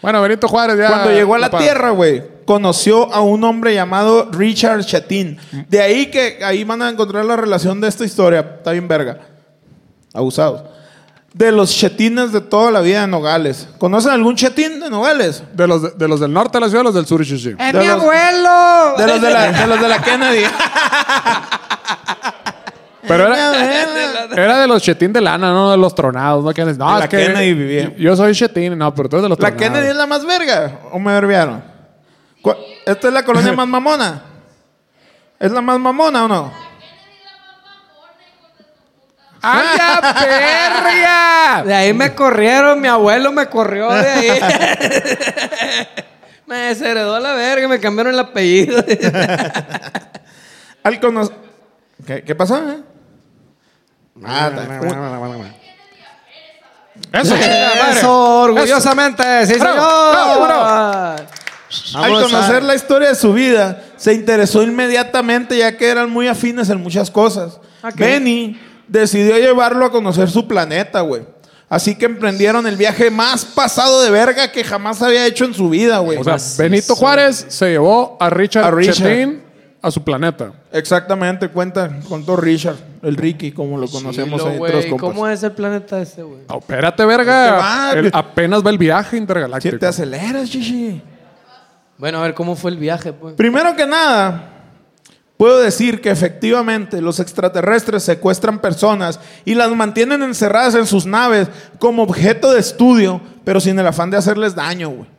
S1: Bueno, Benito Juárez ya.
S2: Cuando llegó a la
S1: paz.
S2: Tierra, güey, conoció a un hombre llamado Richard Chatín. De ahí que ahí van a encontrar la relación de esta historia. Está bien verga. Abusados. De los chetines de toda la vida de Nogales. ¿Conocen algún chetín de Nogales?
S1: De los, de, los del norte de la ciudad, los del sur, chichi.
S3: ¡Es
S2: De
S3: mi
S2: los-
S3: abuelo!
S2: De los de la, de los de la Kennedy.
S1: Pero era, era de los chetín de lana, no de los tronados. No, que, no
S2: La
S1: es que
S2: Kennedy vivía.
S1: Yo soy chetín, no, pero tú eres de los
S2: ¿La
S1: tronados.
S2: Kennedy es la más verga? ¿O me verbiaron? ¿Cuál- ¿Esta es la colonia más mamona? ¿Es la más mamona o no?
S1: ¡Ay,
S2: [LAUGHS]
S1: la perra!
S3: De ahí me corrieron, mi abuelo me corrió
S2: [LAUGHS]
S3: de ahí. me desheredó la verga, me cambiaron el apellido.
S2: [LAUGHS] Al cono- ¿Qué, qué pasó? eh? Ah, está-
S1: Eso, chingada madre.
S3: Eso, orgullosamente, sí,
S1: Bravo, bravo,
S3: señor.
S2: Al conocer la historia de su vida, se interesó inmediatamente ya que eran muy afines en muchas cosas.
S3: Ah, ¿qué?
S2: Benny decidió llevarlo a conocer su planeta, güey. Así que emprendieron el viaje más pasado de verga que jamás había hecho en su vida, güey.
S1: O sea, Benito Juárez se llevó a Richard,
S2: A Richard.
S1: Chetín a su planeta.
S2: Exactamente, cuenta, contó Richard, el Ricky, como lo conocemos
S3: Chilo,
S2: ahí entre los
S3: güey,
S2: compas.
S3: ¿Cómo es el planeta ese, güey?
S1: No, espérate,
S2: Te va.
S1: verga. Él apenas va el viaje intergaláctico.
S2: Si Este te aceleras, chichi.
S3: Bueno, a ver, ¿cómo fue el viaje, pues?
S2: Primero que nada, puedo decir que efectivamente los extraterrestres secuestran personas y las mantienen encerradas en sus naves como objeto de estudio, pero sin el afán de hacerles daño, güey.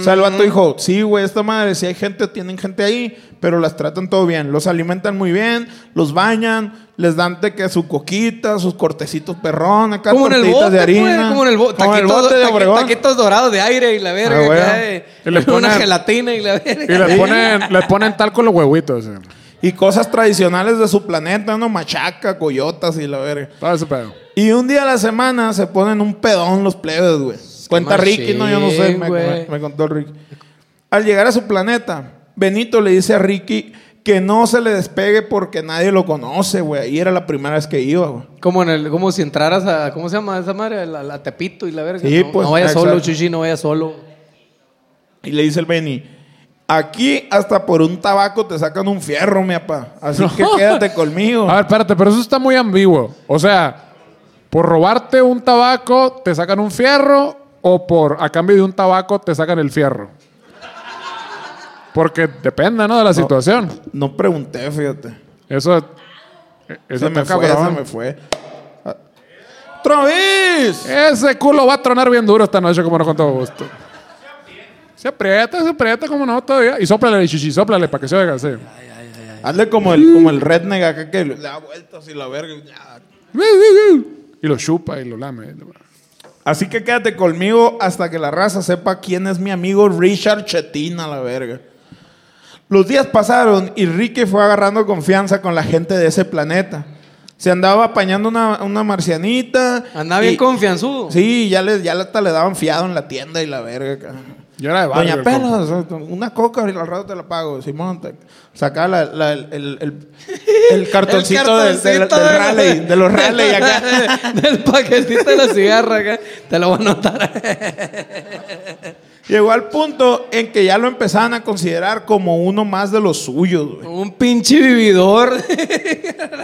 S2: O sea, el vato
S3: Mm.
S2: dijo, sí, güey, esta madre, si hay gente, tienen gente ahí, pero las tratan todo bien. Los alimentan muy bien, los bañan, les dan de que su coquita, sus cortecitos perrón, acá
S3: Como en el
S2: tortillitas
S3: bote,
S2: de harina.
S3: pues, como en el, bo-
S2: como en el
S3: taquitos-
S2: bote de
S3: taqui-
S2: Obregón.
S3: taquitos dorados de aire y la verga.
S2: Ah, güey.
S3: acá de-
S1: Y le
S3: [LAUGHS] una
S1: ponen-
S3: gelatina y la [LAUGHS] verga.
S1: Y les ponen, les ponen tal con los huevitos. eh.
S2: Y cosas tradicionales de su planeta, ¿no? Machaca, coyotas y la verga.
S1: Todo ese pedo.
S2: Y un día a la semana se ponen un pedón los plebes, güey. Cuenta
S3: machín,
S2: Ricky, no, yo no sé, me,
S3: güey.
S2: me- me contó Ricky. Al llegar a su planeta, Benito le dice a Ricky que no se le despegue porque nadie lo conoce, güey. Y era la primera vez que iba, güey.
S3: Como, en el, como si entraras a. ¿Cómo se llama esa madre? A La, la Tepito y la verga.
S2: Sí,
S3: no,
S2: pues,
S3: no vayas
S2: exacto.
S3: solo, Chuchi, no vayas solo.
S2: Y le dice el Benny, Aquí hasta por un tabaco te sacan un fierro, mi papá. Así que quédate
S1: [LAUGHS]
S2: conmigo.
S1: A ver, espérate, pero eso está muy ambiguo. O sea, por robarte un tabaco te sacan un fierro o por a cambio de un tabaco te sacan el fierro. Porque depende, ¿no? De la situación.
S2: No pregunté, fíjate.
S1: Eso es. Eso
S2: Se me
S1: está
S2: fue, se
S1: cabrón.
S2: me fue. Ah. ¡Travis!
S1: Ese culo va a tronar bien duro esta noche, como no con todo gusto. Se aprieta, se aprieta, como no, todavía. Y sóplale, chichi, sóplale para que se oiga así.
S2: Hazle como el, como el redneck acá que le da vueltas y la verga. Ya.
S1: Y lo chupa y lo lame.
S2: Así que quédate conmigo hasta que la raza sepa quién es mi amigo Richard Chetín a la verga. Los días pasaron y Ricky fue agarrando confianza con la gente de ese planeta. Se andaba apañando una, una marcianita.
S3: Andaba bien
S2: y-
S3: confianzudo.
S2: Sí, ya, le, ya hasta le daban fiado en la tienda y la verga. ca.
S1: Yo era de barrio.
S2: Doña
S1: el compa.
S2: Pelas, una coca y al rato te la pago. Simón, te- saca la- la- el, el-
S3: [LAUGHS]
S2: el- el cartoncito, del- del,
S3: cartoncito
S2: del
S3: de- [LAUGHS]
S2: rally, de los rally acá.
S3: del paquetito de la cigarra acá. Te lo voy a anotar.
S2: Llegó al punto en que ya lo empezaban a considerar como uno más de los suyos, güey.
S3: Un pinche vividor.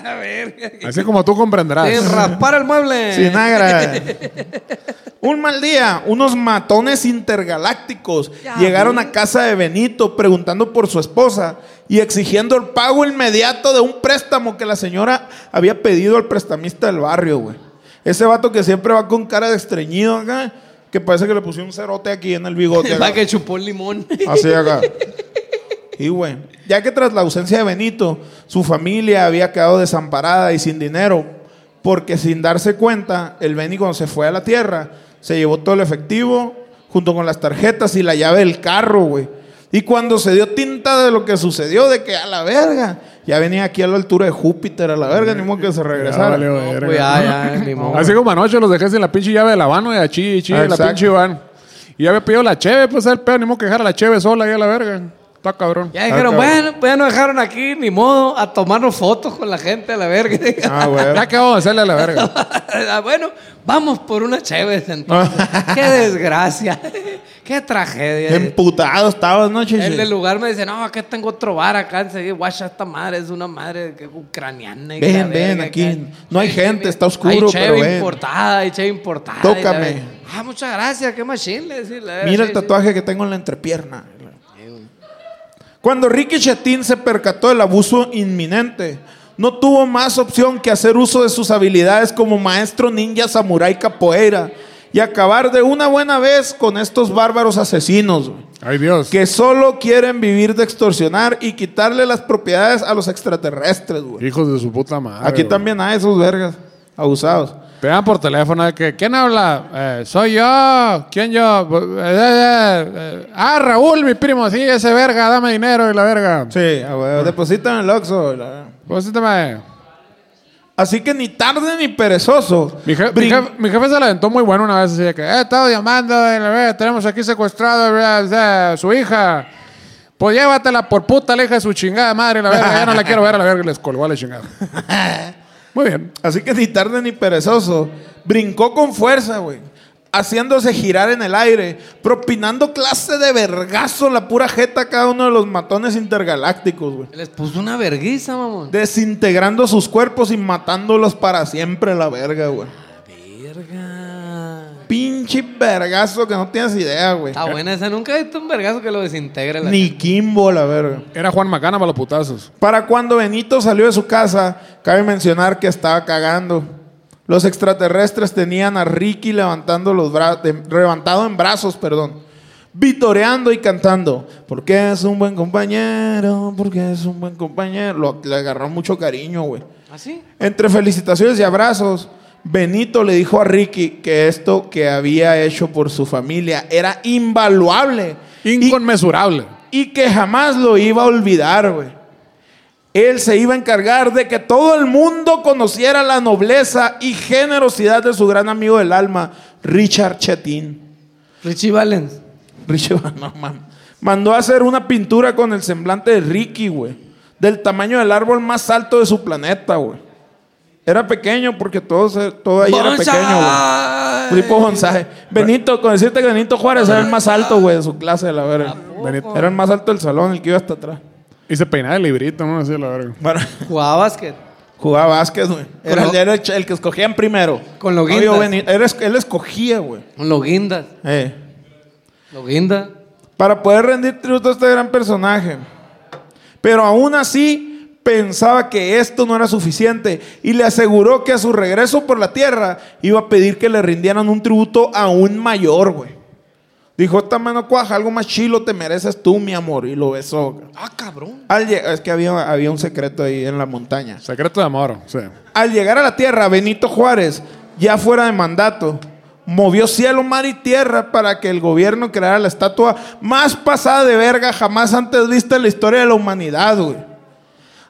S3: la verga.
S1: Así como tú
S2: Ah.
S3: [LAUGHS]
S1: comprenderás.
S3: Sin raspar el mueble.
S2: Sin agra. Un mal día, unos matones intergalácticos llegaron a casa de Benito preguntando por su esposa y exigiendo el pago inmediato de un préstamo que la señora había pedido al prestamista del barrio, güey. Ese vato que siempre va con cara de estreñido acá, que parece que le pusieron un cerote aquí en el
S3: [LAUGHS]
S2: bigote. acá.
S3: La que chupó el limón.
S2: Así acá. Y bueno, ya que tras la ausencia de Benito, su familia había quedado desamparada y sin dinero, porque sin darse cuenta, el Beni cuando se fue a la tierra, se llevó todo el efectivo, junto con las tarjetas y la llave del carro, güey. Y cuando se dio tinta de lo que sucedió, de que a la verga, ya venía aquí a la altura de Júpiter, a la verga, ni modo que se
S1: Ya
S2: regresara.
S1: valió verga.
S3: Pues ya, ya, ni modo.
S1: Así como anoche los dejé sin la pinche llave de la mano y a chi, chi,
S2: Ah,
S1: la
S2: exacto.
S1: pinche Iván. Y ya había pedido la cheve, pues el pedo, ni modo que dejar a la cheve sola ahí a la verga. Está cabrón.
S3: Ya dijeron,
S2: Ah, cabrón.
S3: bueno, pues ya nos dejaron aquí, ni modo, a tomarnos fotos con la gente a la verga.
S2: Ah, güey.
S1: Ya que vamos a hacerle a [LAUGHS] la verga.
S3: [LAUGHS] Ah, bueno, vamos por una chévere entonces.
S2: [LAUGHS]
S3: Qué desgracia. [LAUGHS] Qué tragedia.
S2: Emputado estabas, ¿no, Chichi?
S3: El del lugar me dice, no, acá tengo otro bar acá enseguida. Guacha, esta madre es una madre que- ucraniana. y
S2: Ven,
S3: la
S2: ven,
S3: verga,
S2: aquí.
S3: acá.
S2: No hay gente,
S3: mira,
S2: está oscuro,
S3: hay cheve
S2: pero ven.
S3: importada, hay cheve importada. y la
S2: Tócame.
S3: verga. Ah, muchas gracias, qué machín. le decía, la verga,
S2: Mira
S3: sí,
S2: el
S3: sí.
S2: tatuaje que tengo en la entrepierna. Cuando Ricky Chetín se percató del abuso inminente, no tuvo más opción que hacer uso de sus habilidades como maestro ninja samurái capoeira y acabar de una buena vez con estos bárbaros asesinos. güey
S1: [LAUGHS] Ay, Dios.
S2: que solo quieren vivir de extorsionar y quitarle las propiedades a los extraterrestres, güey.
S1: Hijos de su puta madre.
S2: Aquí
S1: güey.
S2: también hay esos vergas abusados.
S1: Te dan por teléfono de que, ¿quién habla? Eh, soy yo. ¿Quién yo? Eh, eh, eh, ah, Raúl, mi primo. Sí, ese verga, dame dinero y la verga. Pues,
S2: Sí, a huevo, depositan en el Oxxo. la-
S1: Pósíteme.
S2: Así que ni tarde ni perezoso.
S1: Mi, je- mi
S2: Brin-
S1: jefe, mi jefe se la aventó muy bueno una vez, así de que, eh, estaba llamando, y la verga, tenemos aquí secuestrado eh, eh, su hija. Pues llévatela por puta, la hija de su chingada madre, la verga, ya no la quiero ver, a la verga, y les colgó a la chingada. Muy bien.
S2: Así que ni tarde ni perezoso, brincó con fuerza, güey. Haciéndose girar en el aire, propinando clase de vergazo en la pura jeta a cada uno de los matones intergalácticos, güey.
S3: Les puso una verguiza, mamón.
S2: Desintegrando sus cuerpos y matándolos para siempre, la verga, güey.
S3: Verga.
S2: Pinche vergazo que no tienes idea, güey.
S3: Está buena esa. Nunca he visto un vergazo que lo desintegre. Ah, La
S2: Ni Kimbo, la verga.
S1: Era Juan Macana para los putazos.
S2: Para cuando Benito salió de su casa, cabe mencionar que estaba cagando. Los extraterrestres tenían a Ricky levantando los bra- de- levantado en brazos, perdón, vitoreando y cantando. Porque es un buen compañero, porque es un buen compañero. Lo- le agarró mucho cariño, güey.
S3: ¿Así?
S2: Entre felicitaciones y abrazos, Benito le dijo a Ricky que esto que había hecho por su familia era invaluable. Y-
S1: Inconmensurable.
S2: y que jamás lo iba a olvidar, güey. Él se iba a encargar de que todo el mundo conociera la nobleza y generosidad de su gran amigo del alma, Richard Chetín.
S3: Richie Valens.
S2: Richard, [LAUGHS] no, mam. Mandó a hacer una pintura con el semblante de Ricky, güey. Del tamaño del árbol más alto de su planeta, güey. Era pequeño porque todo, se- todo ahí era pequeño, güey.
S3: ¡Bonsai!
S2: Tipo bonsai. Benito, con decirte que Benito Juárez era el más alto, güey, de su clase, la verdad.
S1: La neta.
S2: Era el más alto del salón, el que iba hasta atrás.
S1: Y se peinaba el librito, ¿no? Así, la verga.
S2: Bueno,
S3: Jugaba básquet.
S2: jugaba básquet, güey. Era,
S3: lo-
S2: era el, ch- el que escogían primero.
S3: Con lo
S2: No, yo
S3: guindas.
S2: venía- era es- él escogía, güey.
S3: Con los guindas.
S2: Eh.
S3: Los guindas.
S2: Para poder rendir tributo a este gran personaje. Pero aún así pensaba que esto no era suficiente y le aseguró que a su regreso por la tierra iba a pedir que le rindieran un tributo aún mayor, güey. Dijo, esta mano cuaja, algo más chilo te mereces tú, mi amor. Y lo besó. güey.
S3: Ah, cabrón.
S2: Al lle- es que había, había un secreto ahí en la montaña.
S1: Secreto de amor, sí.
S2: Al llegar a la tierra, Benito Juárez, ya fuera de mandato, movió cielo, mar y tierra para que el gobierno creara la estatua más pasada de verga jamás antes vista en la historia de la humanidad, güey.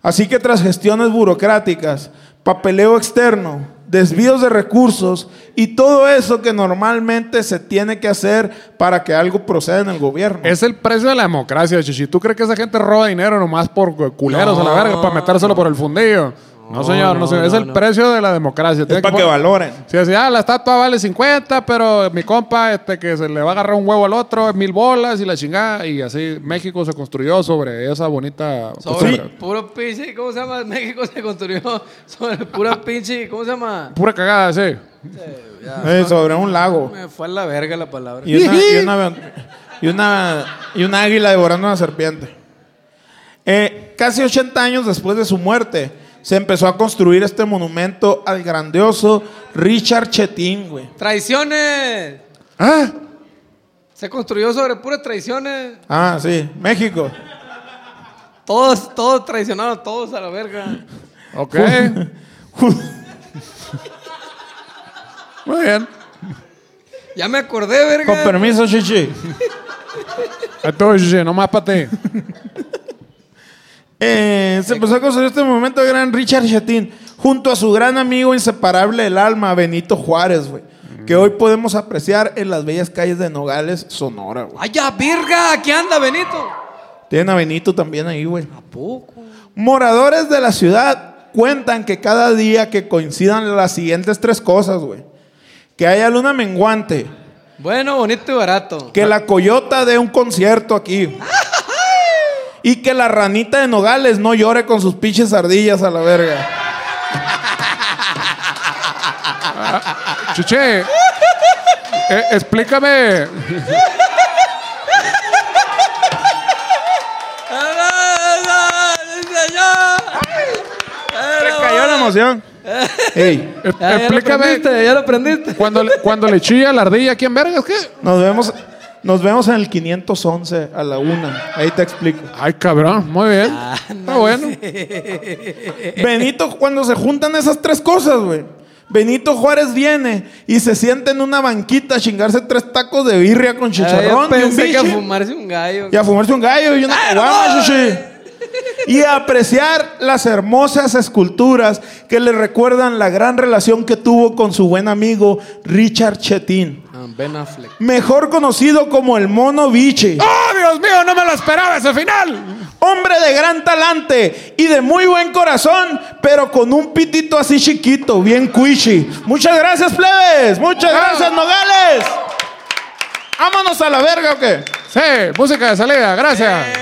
S2: Así que tras gestiones burocráticas, papeleo externo, desvíos de recursos y todo eso que normalmente se tiene que hacer para que algo proceda en el gobierno.
S1: Es el precio de la democracia, chichi. ¿Tú crees que esa gente roba dinero nomás por cu- culeros a la
S3: No.
S1: verga para metérselo por el fundillo? No, señor, no,
S3: no,
S1: señor. es
S3: no,
S1: el
S3: no.
S1: precio de la democracia.
S2: es para que valoren.
S1: Si así, ah, la estatua vale 50, pero mi compa, este, que se le va a agarrar un huevo al otro, es mil bolas y la chingada. Y así México se construyó sobre esa bonita
S3: Sobre
S1: costumbre.
S3: puro pinche, ¿cómo se llama? [LAUGHS] México se construyó sobre pura pinche, ¿cómo se llama?
S1: Pura cagada, sí.
S2: Eh, sobre un lago.
S3: Me fue a la verga la palabra.
S2: Y una, y una, y una- y una águila devorando una serpiente. Eh, casi 80 años después de su muerte, se empezó a construir este monumento al grandioso Richard Chetín, güey.
S3: ¡Traiciones!
S1: Ah,
S3: Se construyó sobre puras traiciones.
S2: Ah, sí, México. [LAUGHS]
S3: Todos, todos traicionaron, todos a la verga.
S1: ok. Muy bien.
S3: Ya me acordé, verga.
S2: Con permiso, Chichi.
S1: A todo, chichi, nomás para ti.
S2: Eh, se empezó a construir este monumento al gran Richard Chetín junto a su gran amigo inseparable del alma, Benito Juárez, güey. Que hoy podemos apreciar en las bellas calles de Nogales, Sonora, güey.
S3: ¡Ay, ya, verga! Aquí anda Benito.
S2: Tienen a Benito también ahí, güey.
S3: ¿A poco?
S2: Moradores de la ciudad cuentan que cada día que coincidan las siguientes tres cosas, güey. Que haya luna menguante,
S3: Bueno, bonito y barato.
S2: que la coyota dé un concierto aquí. Y que la ranita de Nogales no llore con sus pinches ardillas a la verga.
S1: Chiche, eh, explícame.
S2: Se cayó la emoción. Ey,
S1: eh,
S3: Ya, ya lo
S1: explícame.
S3: aprendiste, ya lo aprendiste.
S1: Cuando le, cuando le chilla la ardilla, ¿quién verga? ¿Es que?
S2: nos vemos, nos vemos en el 511 a la una. Ahí te explico.
S1: Ay, cabrón, muy bien.
S3: Ah,
S1: Está bueno.
S3: Eh,
S2: Benito, cuando se juntan esas tres cosas, güey. Benito Juárez viene y se sienta en una banquita a chingarse tres tacos de birria con
S3: Ah, Yo
S2: chicharrón y un
S3: pensé que a Ah,
S2: biche,
S3: fumarse un gallo.
S2: y a fumarse un gallo y una caguama, chichi. Y a apreciar las hermosas esculturas que le recuerdan la gran relación que tuvo con su buen amigo Richard Chetín.
S3: Ah, Ben Affleck.
S2: Mejor conocido como el mono biche.
S1: ¡Oh, Dios mío! No me lo esperaba ese final.
S2: Hombre de gran talante y de muy buen corazón, pero con un pitito así chiquito, bien cuichi. Muchas gracias, plebes. Muchas gracias, Nogales. Vámonos a la verga, ¿o qué?
S1: Sí, música de salida, gracias.
S3: Eh.